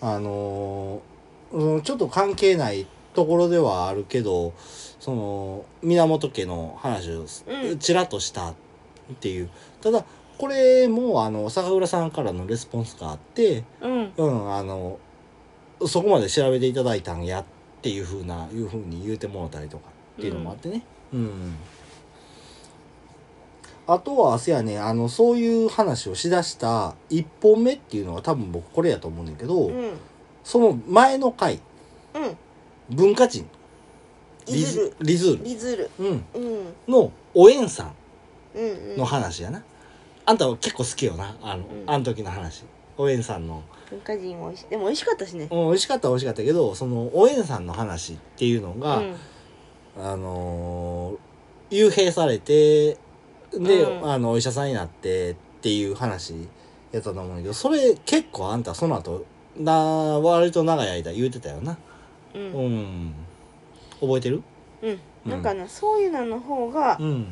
あのーそのちょっと関係ないところではあるけどその源家の話を
うん
ちらっとしたっていう、ただこれもあの坂浦さんからのレスポンスがあって、
うん
うん、あのそこまで調べていただいたんやっていうふうないうふうに言うてもらったりとかっていうのもあってね。うんあとはせやねあのそういう話をしだした1本目っていうのは多分僕これやと思うねんだけど、
うん
その前の回
うん
文化人
リズル
リズル、
リズル
うん、
うん
のおえんさ
うんうん
んの話やな、あんたは結構好きよなあの,、
うん
あの時の話おえんさんの
文化人美味しいでも美味しかったしね
うん美味しかったは美味しかったけどそのおえんさんの話っていうの
う
が、
ん
あのー、幽閉されてで、
うん
あのお医者さんになってっていう話やったと思うんだけどそれ結構あんたその後な割と長い間言うてたよな
う
うんん覚えてる
うんなんかなそういうのの方が
うん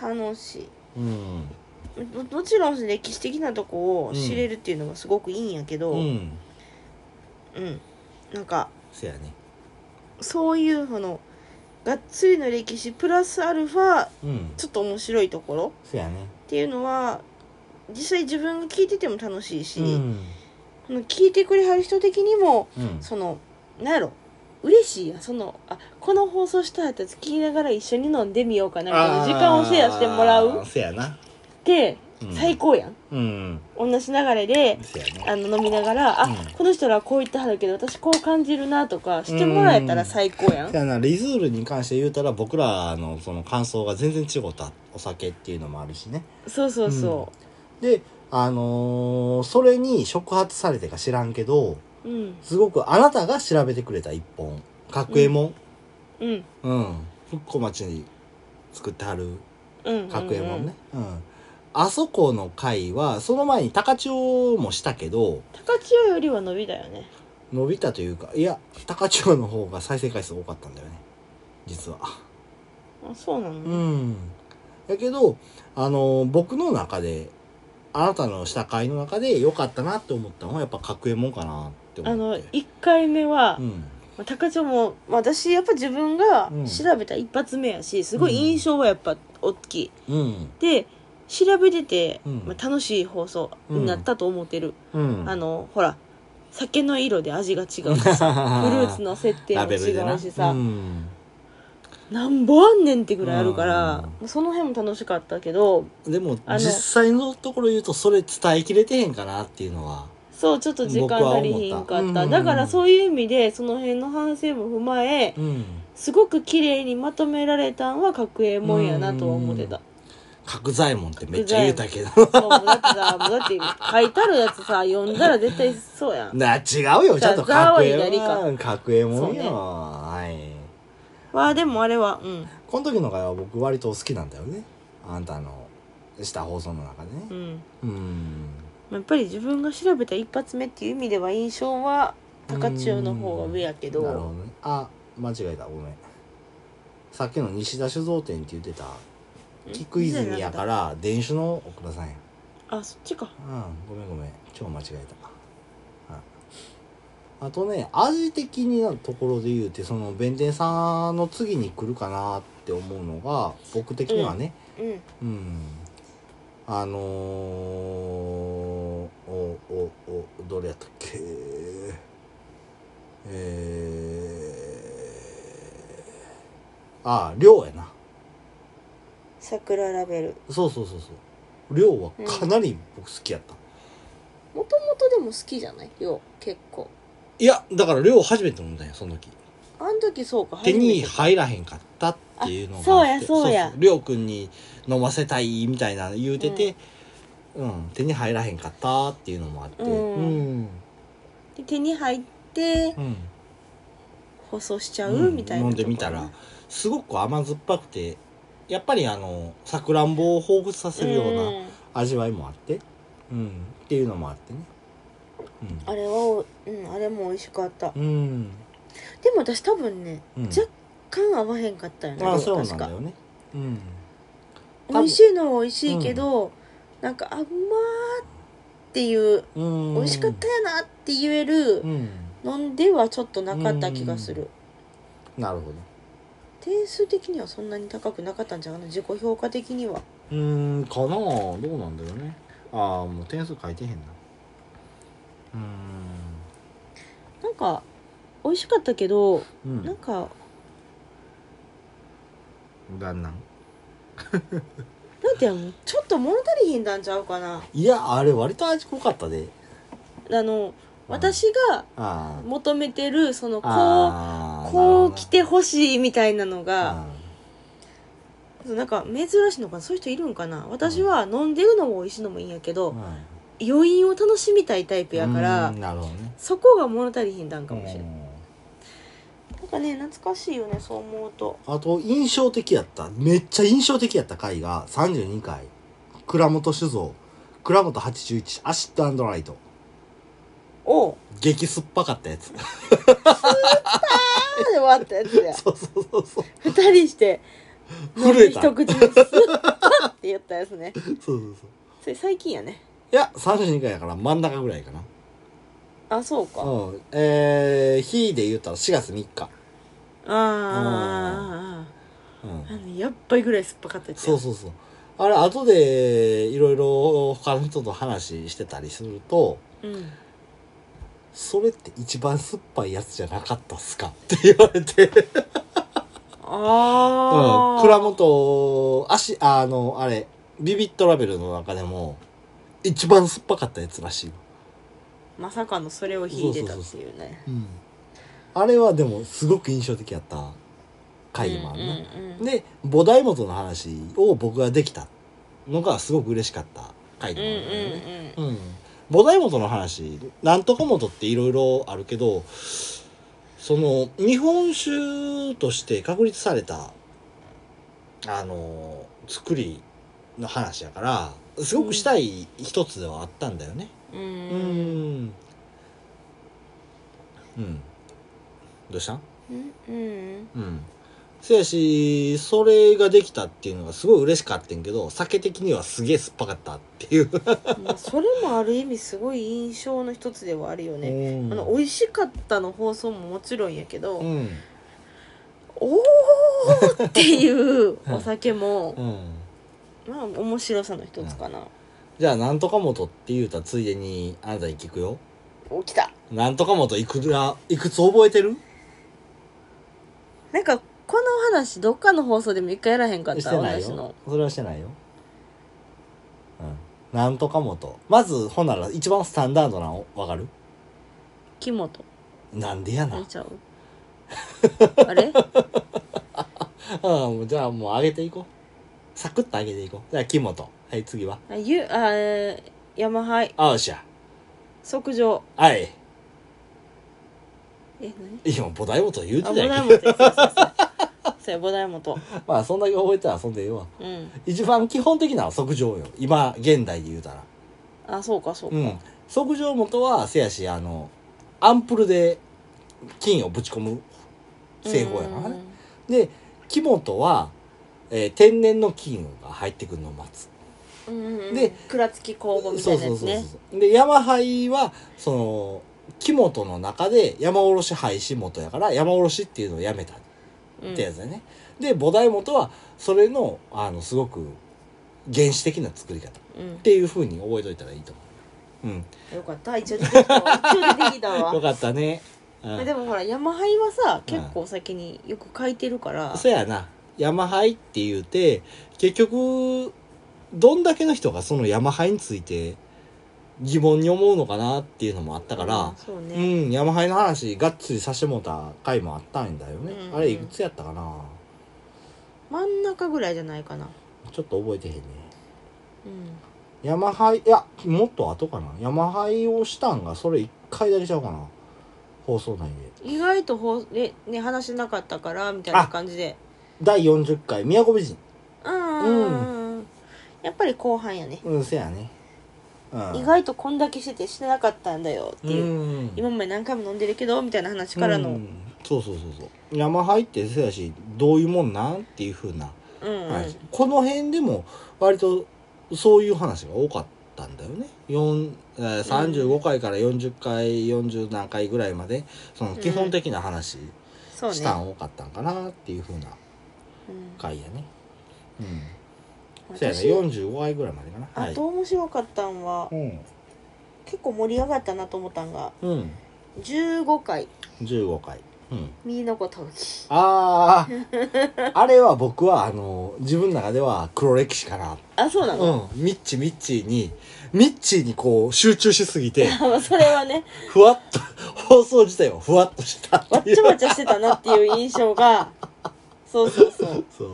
楽しい
うん
ももちろん歴史的なとこを知れるっていうのがすごくいいんやけど、
う
うん
ん
なんか
せやね
そういうそのがっつりの歴史プラスアルファ
うん
ちょっと面白いところ
せやね
っていうのは実際自分が聞いてても楽しいし、
うん
その聞いてくれはる人的にも
うん
そのなんやろ嬉しいやんそのあこの放送したやつ聞きながら一緒に飲んでみようかなみたいな時間をシェアしてもら
あー
う
せやな
って
うん
最高やん、
うん
同じ流れで
せやね
あの飲みながら、
うん
あこの人らはこう言ってはるけど私こう感じるなとかしてもらえたら最高やん
せやなリズールに関して言うたら僕らのその感想が全然違ったお酒っていうのもあるしね
そうそうそ
であのーそれに触発されてか知らんけど
ううん
すごくあなたが調べてくれた一本角右衛門
うん
うん復興町に作ってはる
うん
角右衛門ねうん、あそこの回はその前に高千穂もしたけど
高千代よりは伸びだよね
伸びたというかいや高千穂の方が再生回数多かったんだよね実は
あそうなの、
うんやけどあのー僕の中であなたの下会の中で良かったなって思ったのはやっぱ角右衛門かなって
あ
思っ
の
て
1回目は、
うん、
まあ高千代もまあ私やっぱ自分が
うん
調べた一発目やしすごい印象はやっぱ大きい、
うん、
で調べてて、
うん
まあ、楽しい放送になったと思ってる、
うん、
あのほら酒の色で味が違うし さフルーツの設定も
ラベルで
違
な
うしさ、
うん
なんぼあんねんってぐらいあるから
うん、
もうその辺も楽しかったけど
でも
あの
実際のところ言うとそれ伝えきれてへんかなっていうのは
そうちょっと時間足りひん
僕
か
は
っ
思ったたうん
だからそういう意味でその辺の反省も踏まえ
うん
すごく綺麗にまとめられたんは角右衛門やなとは思ってた、
角左衛門ってめっちゃ言うたけど
そうだってさもうだって書いてあるやつさ読んだら絶対そうや ん
な違うよちゃんと
ざ
角
わ
右
いが
衛
りか
門角右衛門よ、
そうね
はい
わあでもあれはうん
この時の会は僕割と好きなんだよねあんたのした放送の中で
う
ね
ん
うん
やっぱり自分が調べた一発目っていう意味では印象は高千代の方が上やけど
なるほどねあ間違えたごめんさっきの西田酒造店って言ってた菊泉やから電酒の奥田さんや
あそっちか
うんごめんごめん超間違えたああとね味的なところで言うてその弁天さんの次に来るかなって思うのが僕的にはね、
う
う
ん
んあのー、おおおどれやったっけえー、ああ量やな
桜ラベル
そうそうそうそう量はかなり僕好きやった、
もともとでも好きじゃないよ結構
いやだから量初めて飲んだんやその時
あの時そうか
手に
初
入らへんかったっていうのがあって
あそうやそうや
りょうくんに飲ませたいみたいなの言うてて、うん手に入らへんかったっていうのもあってう
うんん
うん、
めて手に入って
うん
放送しちゃうみたいな
飲んでみたらすごく甘酸っぱくてやっぱりあのさくらんぼを彷彿させるような味わいもあって、うんっていうのもあってね
あれはおうんあれも美味しかった
うん、うん
でも私多分ね
うん、
若干合わへんかったよね
ああそうな
確
んだ
か
よねうん
美味しいのは美味しいけどなんかあうまーっていう
うん
美味しかったやなって言える
うん
飲んではちょっとなかった気がする
なるほど
点数的にはそんなに高くなかったんじゃない自己評価的には
うーんかなあどうなんだよねああもう点数書いてへんなうー
なんか美味しかったけど
ん
なんか
うんだんなん
なんていうのちょっと物足りひんだんちゃうかない
やあれ割と味濃かったで
あの私が
あー
求めてるそのこう
あー
こう来
な
て
る
ほしいみたいなの
ほど
が
な
なんか珍しいのかなそういう人いるんかな私は飲んでるのも美味しいのもいいんやけど
うんうん
余韻を楽しみたいタイプやから
うんなるほどね
そこが物足りひんだんかもしれない
うん
なんかね懐かしいよねそう思うと
あと印象的やっためっちゃ印象的やった回が32回倉本酒造倉本81アシッドライト
おう
激酸っぱかったやつ
あーで終わったやつや
そうそうそうそう
二人して飲ん
震え
で
た
一口にスッパって言ったやつ ね
そうそうそう
それ最近やね
いや、32回やから真ん中ぐらいかな。
あそうかあ
うん。えー、日で言ったら4月3日。
あああ
うん
あ。のやっぱりぐらい酸っぱかったやつや
そうそうそう。あれ、後で、いろいろ他の人と話してたりすると、
うん
それって一番酸っぱいやつじゃなかったっすか って言われて、うん。
ああ
倉本、足、あの、あれ、ビビットラベルの中でも、一番酸っぱかったやつらしいわ。
まさかのそれを引いてたっていうね
うん。あれはでも、すごく印象的やった回でもあるね。
うんうんうん
で菩提元の話を僕ができたのがすごく嬉しかった回
う
で
ん
もあるん
うん
だよね
うん
うん菩提元の話なんとか元っていろいろあるけどその日本酒として確立されたあの作りの話やからすごくしたい一つではあったんだよね。
う
うんんうんどうしたん
うんうん
うん。せやし、それができたっていうのがすごい嬉しかったんけど、酒的にはすげえ酸っぱかったっていう。
まあそれもある意味すごい印象の一つではあるよね
うん
あの美味しかったの放送ももちろんやけど、
うん。
おーっていうお酒も
うん。
まあ面白さの一つかな、
じゃあ、なんとか元って言うたついでに、あなたに聞くよ。
お来た
なんとか元いくら、いくつ覚えてる
なんかこの話どっかの放送でも一回やらへんかっ
したてない
私の
よ。それはしてないよ。うん。なんとか元。まず、ほんなら、一番スタンダードなのわかる
肝と
なんでやな。
あ
う
れ
ん
ちゃうあれ
もう、じゃあもう上げていこう。サクッと上げていこう。じゃあ、木本。はい、次は。
あゆあーヤマハイ
あよっしゃ。
即上
はい。
え
今、菩提元言う
何あ
てたや
ボダイ
ん
モ トそうそうそうそうやボダイモト
け。まあ、そんだけ覚えたらそんでええわ。
うん
一番基本的なのは即上よ。今、現代で言うたら。
あそうかそうか、
うん。即上元は、せやし、あの、アンプルで金をぶち込む製法やからね。で、木元は、えー天然の金が入ってくるのを待つ。
うんうんうん
で
くらつき工房みた
そう
いな
そ
や
う
つ
そう
ね
そう。で、ヤマハイは、その、木本の中で山おろし廃止元やから山おろしっていうのをやめた
うん
ってやつだよね、で菩提元はそれのあのすごく原始的な作り方っ
うん
ていうふうに覚えといたらいいと思ううん
よかった一応出てきたわ一応出てきた
よ
わ
かったね、う
まあで
ん、
もほら山灰はさ
うん
結構先によく書いてるから
そやな山灰って言うて結局どんだけの人がその山灰について疑問に思うのかなっていうのもあったから、
うんそう
う
ね
ん、ヤマハイの話がっつりさしてもうた回もあったんだよね、
うんうん
あれいくつやったかな
真ん中ぐらいじゃないかな
ちょっと覚えてへんね
うん
ヤマハイいやもっと後かなヤマハイをしたんがそれ一回だけちゃうかな放送内で
意外とほうねね話しなかったからみたいな感じで
第40回宮古美人
うんうんうんやっぱり後半やね
うんせやね、うん、
意外とこんだけしててしてなかったんだよっていう
うん
今まで何回も飲んでるけどみたいな話からの
う
うん
そうそうそうそうヤマハイってせやしどういうもんなんっていうふうなん
うん
話、この辺でも割とそういう話が多かったんだよね4えー35回から40回40何回ぐらいまでその基本的な話
そうね
したん多かったんかなっていうふうな
うん
回やねうんそうやね
私
45回ぐらいまでかなは
あ
い
と面白かったんは
うん、
結構盛り上がったなと思ったんが
うん、
15回
15回うん
ミーノコ陶器
あ ああれは僕はあの自分の中では黒歴史かな
あそうなの、
うんミッチミッチーにミッチーにこう集中しすぎて
あそれはね
ふわっと、放送自体はふわっとした
わっ
ってい
ち
う
ゃ。わちゃしてたなっていう印象がそうそうそう
そう。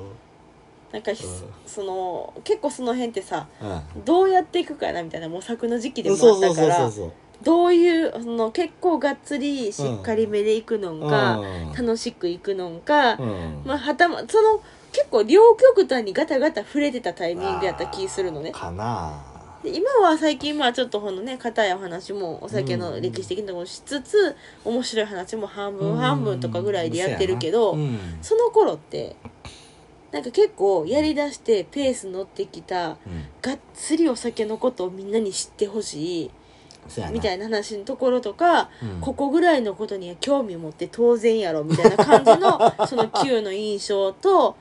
なんかひ、その結構その辺ってさ
うん。
どうやっていくかなみたいな模索の時期でも
そう
あ
そう
った
そ
か
うそ
ら
うそう。
どういうその結構がっつりしっかりめでいくのんか、
うん
楽しくいくのんか、
うん
まあはたまその結構両極端にガタガタ触れてたタイミングやった気するのね
かな
で今は最近まあちょっとこのね硬いお話もお酒の歴史的なところしつつ、面白い話も半分半分とかぐらいでやってるけど、
うん
その頃ってなんか結構やりだしてペース乗ってきた
うん
がっつりお酒のことをみんなに知ってほしい
そやな
みたいな話のところとか、
うん
ここぐらいのことには興味を持って当然やろみたいな感じのその Q の印象と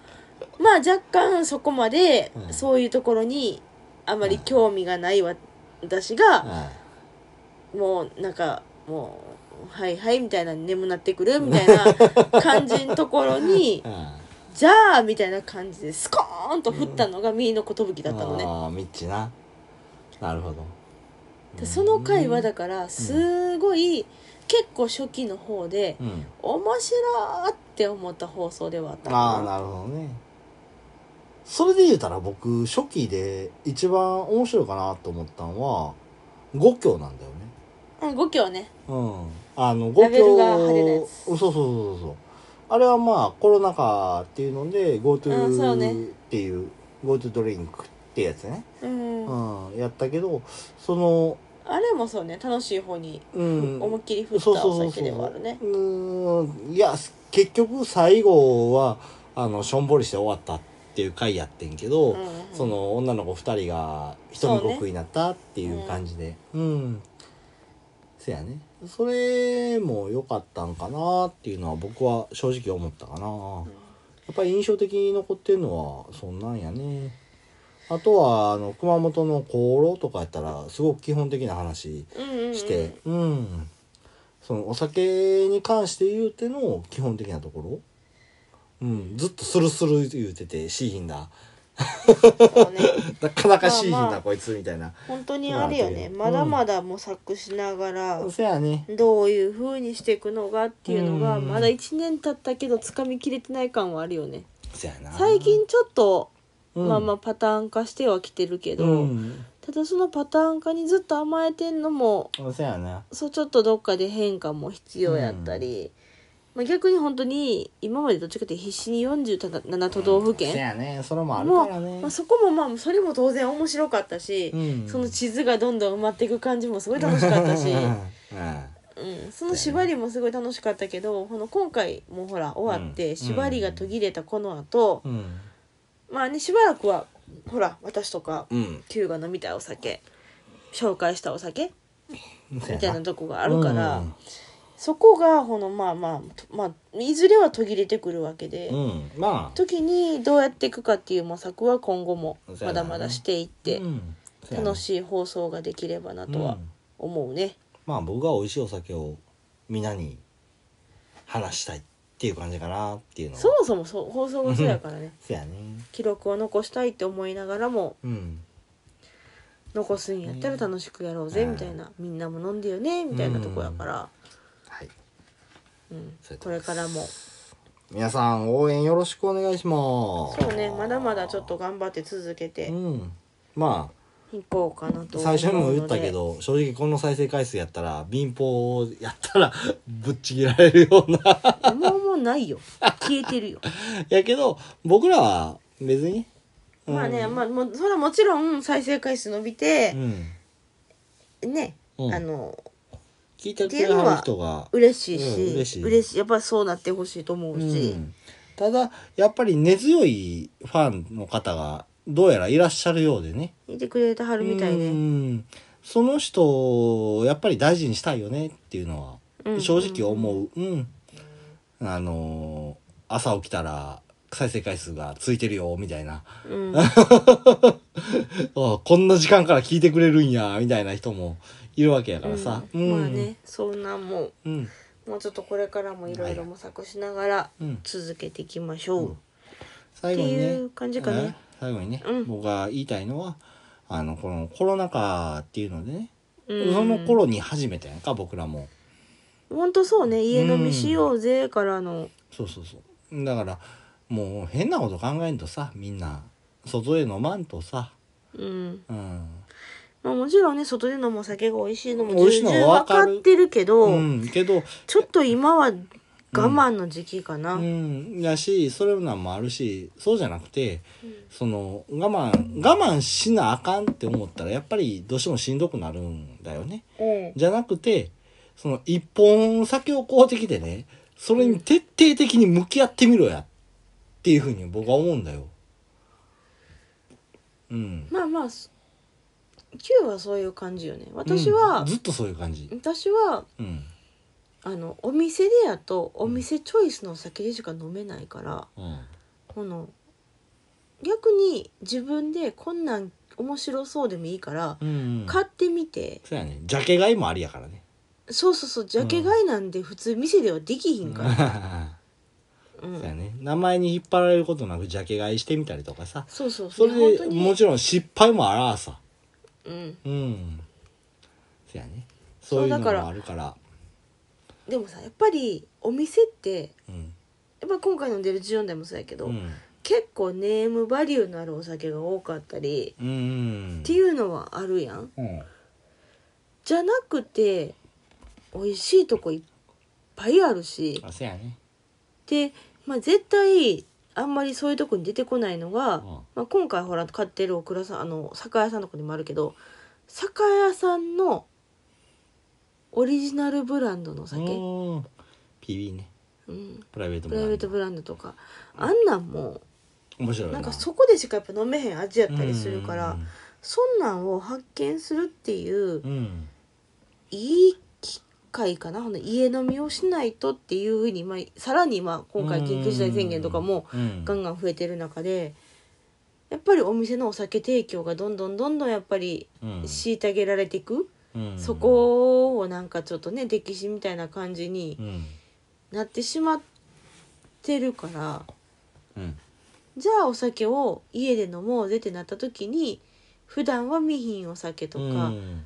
まあ若干そこまで
うん
そういうところにあまり興味がない私がもうなんかもうはいはいみたいな眠なってくるみたいな感じのところに
うん。うん
じゃあみたいな感じでスコーンと振ったのがミーの寿だったのね。
ああ、ミッチな。なるほど。
でその回はだからすごい結構初期の方で
うん。
面白ーって思った放送ではあった
ああ、
か
なるほどね。それで言うたら僕、初期で一番面白いかなと思ったのは、五教なんだよね。
なうん5強ね
うん、あの
ラベルが
を
派手なやつ
そうそうそうそうあれはまあコロナ禍っていうので
うんそうね
GoTo っていう GoTo ドリンクってやつね、
うん、
うん、やったけどその
あれもそうね楽しい方に
うん
思いっきり振っ
そう
た
そう
お
そう
酒
そう
ではあるね
うんいや結局最後はあのしょんぼりして終わったっていう回やってんけど、
うんうん
その女の子2人が一人国になったっていう感じでう,、んせやねそれも良かったんかなっていうのは僕は正直思ったかな、やっぱり印象的に残ってるのはそんなんやねあとはあの熊本の香炉とかやったらすごく基本的な話
うんうんうん
してうん、そのお酒に関して言うての基本的なところ、うん、ずっとスルスル言うててしいひんだ
そうね
なかなかしいひん
まあま
だ
あ
こいつみたいな。
本当にあれよね
うん
まだまだ模索しながら
そやね。
どういう風にしていくのがっていうのが
うん
まだ1年経ったけど掴みきれてない感はあるよね
そやな。
最近ちょっと
うん
まあまあパターン化してはきてるけど、
うん。
ただそのパターン化にずっと甘えてんのも
そやな。
そうちょっとどっかで変化も必要やったり、まあ、逆に本当に今までどっちかっていうと必死に47都道府
そ
県、
やね。それもある
も
からね。
まあ、そこもまあそれも当然面白かったし、
うん
その地図がどんどん埋まっていく感じもすごい楽し かったし、
うん。
うん、その縛りもすごい楽しかったけどこの今回もほら終わっ
うん
て縛りが途切れたこの後、
うん。
まあねしばらくはほら私とか
うん。
Q が飲みたいお酒紹介したお酒
みた
みたいな
な
とこがあるから、
うん
そこがこのまあまあとまあいずれは途切れてくるわけで、
うんまあ
時にどうやっていくかっていう模索は今後も
そう
ま
やな
だまだしていって
うんそうやな
楽しい放送ができればなと
う
は
ん
思うね。
まあ僕が美味しいお酒を皆に話したいっていう感じかなっていうのは
そもそもそう放送がそうやからね
そうやね
記録を残したいって思いながらも
うん
残すんやったら楽しくやろうぜ
うん
みたいな、みんなも飲んでよねみたいなとこやから、
はい
うん
そうやと
これからも
皆さん応援よろしくお願いします
そうねまだまだちょっと頑張って続けて
うんまあ
いこうかなと思うの
最
で
初にも言ったけど正直この再生回数やったら貧乏をやったら ぶっちぎられるような
もうもうないよ消えてるよ
やけど僕らは別にうん
まあねまあもうそれはもちろん再生回数伸びて
う、ん
ね、
うん
あの
聞いてくれはる人が
嬉しいし、
うん嬉しい
やっぱりそうなってほしいと思うし、
うんただやっぱり根強いファンの方がどうやらいらっしゃるようでね
いてくれてはるみたいで、
うんその人をやっぱり大事にしたいよねっていうの
う
は
ん
正直思ううん、あのー朝起きたら再生回数がついてるよみたいな
うん
あこんな時間から聞いてくれるんやみたいな人もいるわけやからさ、
うんまあねそんなんも
うん
うもうちょっとこれからもいろいろ模索しながら
うん
続けていきましょう、
うん最後
っ
に
て
ね
いう感じかね
うん最後にね、
うん
僕が言いたいのはあのこのコロナ禍っていうのでね、
うん
その頃に初めてやんか僕らも
ほんとそうね家飲みしようぜからの
そうそうそうだからもう変なこと考えんとさみんな外で飲まんとさ、
うん、
うん
まあ、もちろんね外で飲むお酒が美味しいのも
美味し
重
いの
々
は
分かってるけど
うん、けど、
ちょっと今は我慢の時期かな、
うん、やしそれなんもあるしそうじゃなくてその我慢我慢しなあかんって思ったらやっぱりどうしてもしんどくなるんだよね。
うん
じゃなくて、その一本先をこうてきてね、それに徹底的に向き合ってみろや。っていうふうに僕は思うんだよ。うん。
まあまあ Q はそういう感じよね私は、
うんずっとそういう感じ。
私は
うん。
あのお店でやとお店チョイスのお酒でしか飲めないから、
うん。
この逆に自分でこんなん面白そうでもいいから、
うん、うん。
買ってみて
そうやね。ジャケ買いもありやからね。
そうそうそうジャケ買いなんで普通店ではできひんから、 う
そうんやね。名前に引っ張られることなくジャケ買いしてみたりとかさ。
そうそう
そ
そう
れ
本当
で
に
もちろん失敗もあらあさ。
うん、
うん。そうやね。そういうのも
そうだから
あるから。
でもさやっぱりお店って
うん。
やっぱ今回飲んでる14代もそうやけど、
うん。
結構ネームバリューのあるお酒が多かったり
うん。
っていうのはあるやん
うん。
じゃなくて美味しいとこいっぱいあるし
あ、そうやね。
で、まあ、絶対あんまりそういうとこに出てこないのが、
ん
まあ、今回ほら買ってるオクラさんあの酒屋さんのとこにもあるけど酒屋さんのオリジナルブランドのお酒、うん
うん PB ねプライベート
プライベート
ブ
ブランドとかあんなんも
面白いよ
なんかそこでしかやっぱ飲めへん味やったりするから、そんなんを発見するっていう
うんうん
いい機会かなほんで家飲みをしないとっていうふうに、まあ、さらに今今回緊急事態宣言とかも
うん
ガンガン増えてる中でやっぱりお店のお酒提供がどんどんどんどんやっぱり
うん
虐げられていく、
うん
そこをなんかちょっとね歴史みたいな感じに
うん
なってしまってるから
うん
じゃあお酒を家で飲もうぜってなった時に普段は見ひんお酒とか。
うん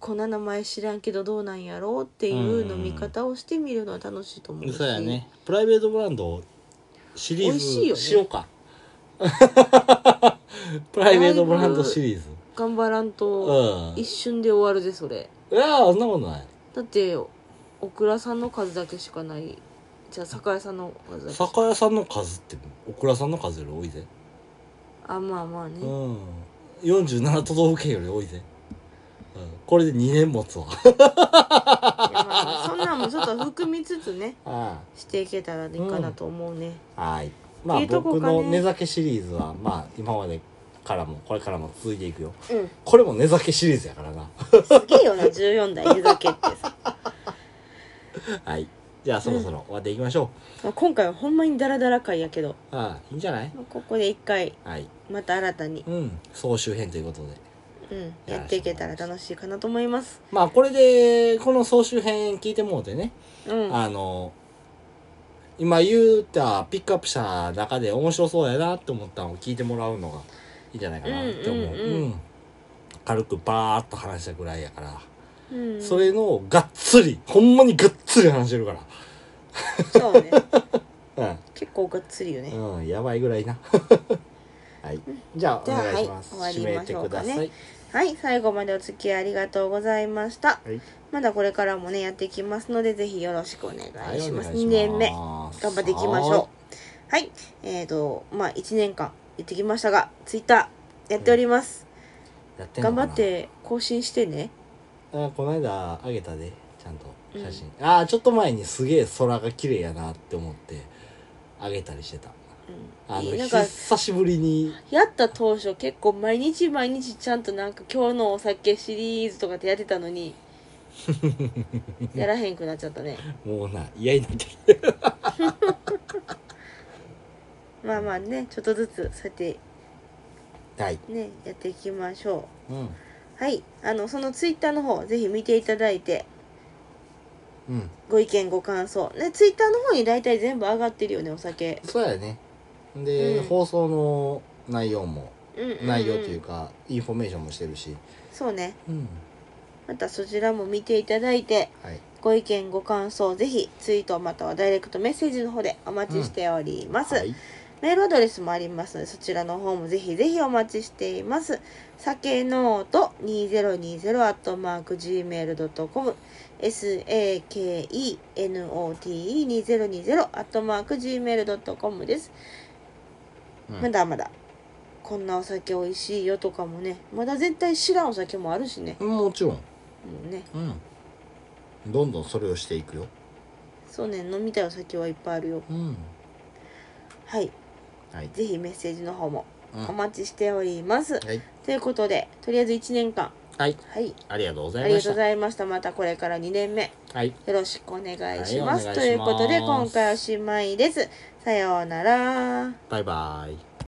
こんな名前知らんけどどうなんやろうっていう飲み方をしてみるのは楽しいと思うし、
そうやねプライベートブランドシリ
美味しい
ー
よ
ズ
ね
しよう かプライベートブランドシリーズ
頑張らんと
うん
一瞬で終わるぜそれ
いやーそんなことない
だってオクラさんの数だけしかないじゃあ酒屋さんの数だけ
酒屋さんの数ってオクラさんの数より多いぜ
あまあまあね、
うん47都道府県より多いぜうんこれで2年持つわ
いやまあまあそんなんもちょっと含みつつね
ああ
していけたらいいかなと思うね、
はい。まあ、
いいとこ
僕
かね
の寝酒シリーズは、まあ、今までからもこれからも続いていくよ
うん
これも根酒シリーズやからな
すげえよな14代湯酒ってさ
はいじゃあそろそろ終わっていきましょ
今回はほんまにダラダラ回やけど
う、ああいいんじゃない
ここで一回
はい
また新たに、
うん総集編ということで
うん、やっていけたら楽しいかなと思います
まあこれでこの総集編聞いてもうてね、
うん
あの今言うたピックアップした中で面白そうやなって思ったのを聞いてもらうのがいいんじゃないかなって思う、
うんうんうん
軽くバーッと話したぐらいやから、
うん
それのがっつりほんまにがっつり話してるか
そうね
ら
結構がっつりよね
うん、うん、やばいぐらいな はいじゃあお
じゃあ
願いします、
はい終わ
締
り
め
ま
て
しょう
く
か
だ
ね
さい、
はい、最後までお付き合いありがとうございました。
はい
まだこれからもね、やっていきますので、ぜひよろしくお願
はい
し
お願
ま
い
す。
し
2年目、
ます
頑張っていきましょう。はい、えーと、まあ、1年間やってきましたが、ツイッターやっております。
やってんの
頑
か
張
な
って更新してね。
あこの間あげたでちゃんと写真、ああちょっと前にすげえ空が綺麗やなって思ってあげたりしてた
うん
あの
いいなんか、
久しぶりに
やった当初結構毎日毎日ちゃんとなんか今日のお酒シリーズとかってやってたの に、やらへんくなっちゃったね。
もうな嫌になってる
まあまあね、ちょっとずつそうやって
はい、
ね、やっていきましょう。
うん
はい、あのそのツイッターの方ぜひ見ていただいて
うん、
ご意見ご感想ねツイッターの方に大体全部上がってるよねお酒
そうやねで、
うん
放送の内容も
うんうんうん
内容というか、インフォメーションもしてるし
そうね
うん
またそちらも見ていただいて
はい
ご意見ご感想ぜひツイートまたはダイレクトメッセージの方でお待ちしております、
はい
メールアドレスもありますのでそちらの方もぜひぜひお待ちしています酒ノート 2020-gmail.com sakenote2020-gmail.com です、
うん
まだまだこんなお酒おいしいよとかもねまだ絶対知らんお酒もあるしね
もちろん
もうね
うんどんどんそれをしていくよ
そうね飲みたいお酒はいっぱいあるよ
うん
はい
はい、
ぜひメッセージの方も
うん
お待ちしております、
はい、
ということでとりあえず1年間
はい、
はい
ありがとうござ
あ
い
り
ま
が
し
とう
た
ございました。またこれから2年目、
はい
よろしくお願いします。
はいお願いします
ということで、今回おしまいです。さようなら。
バイバイ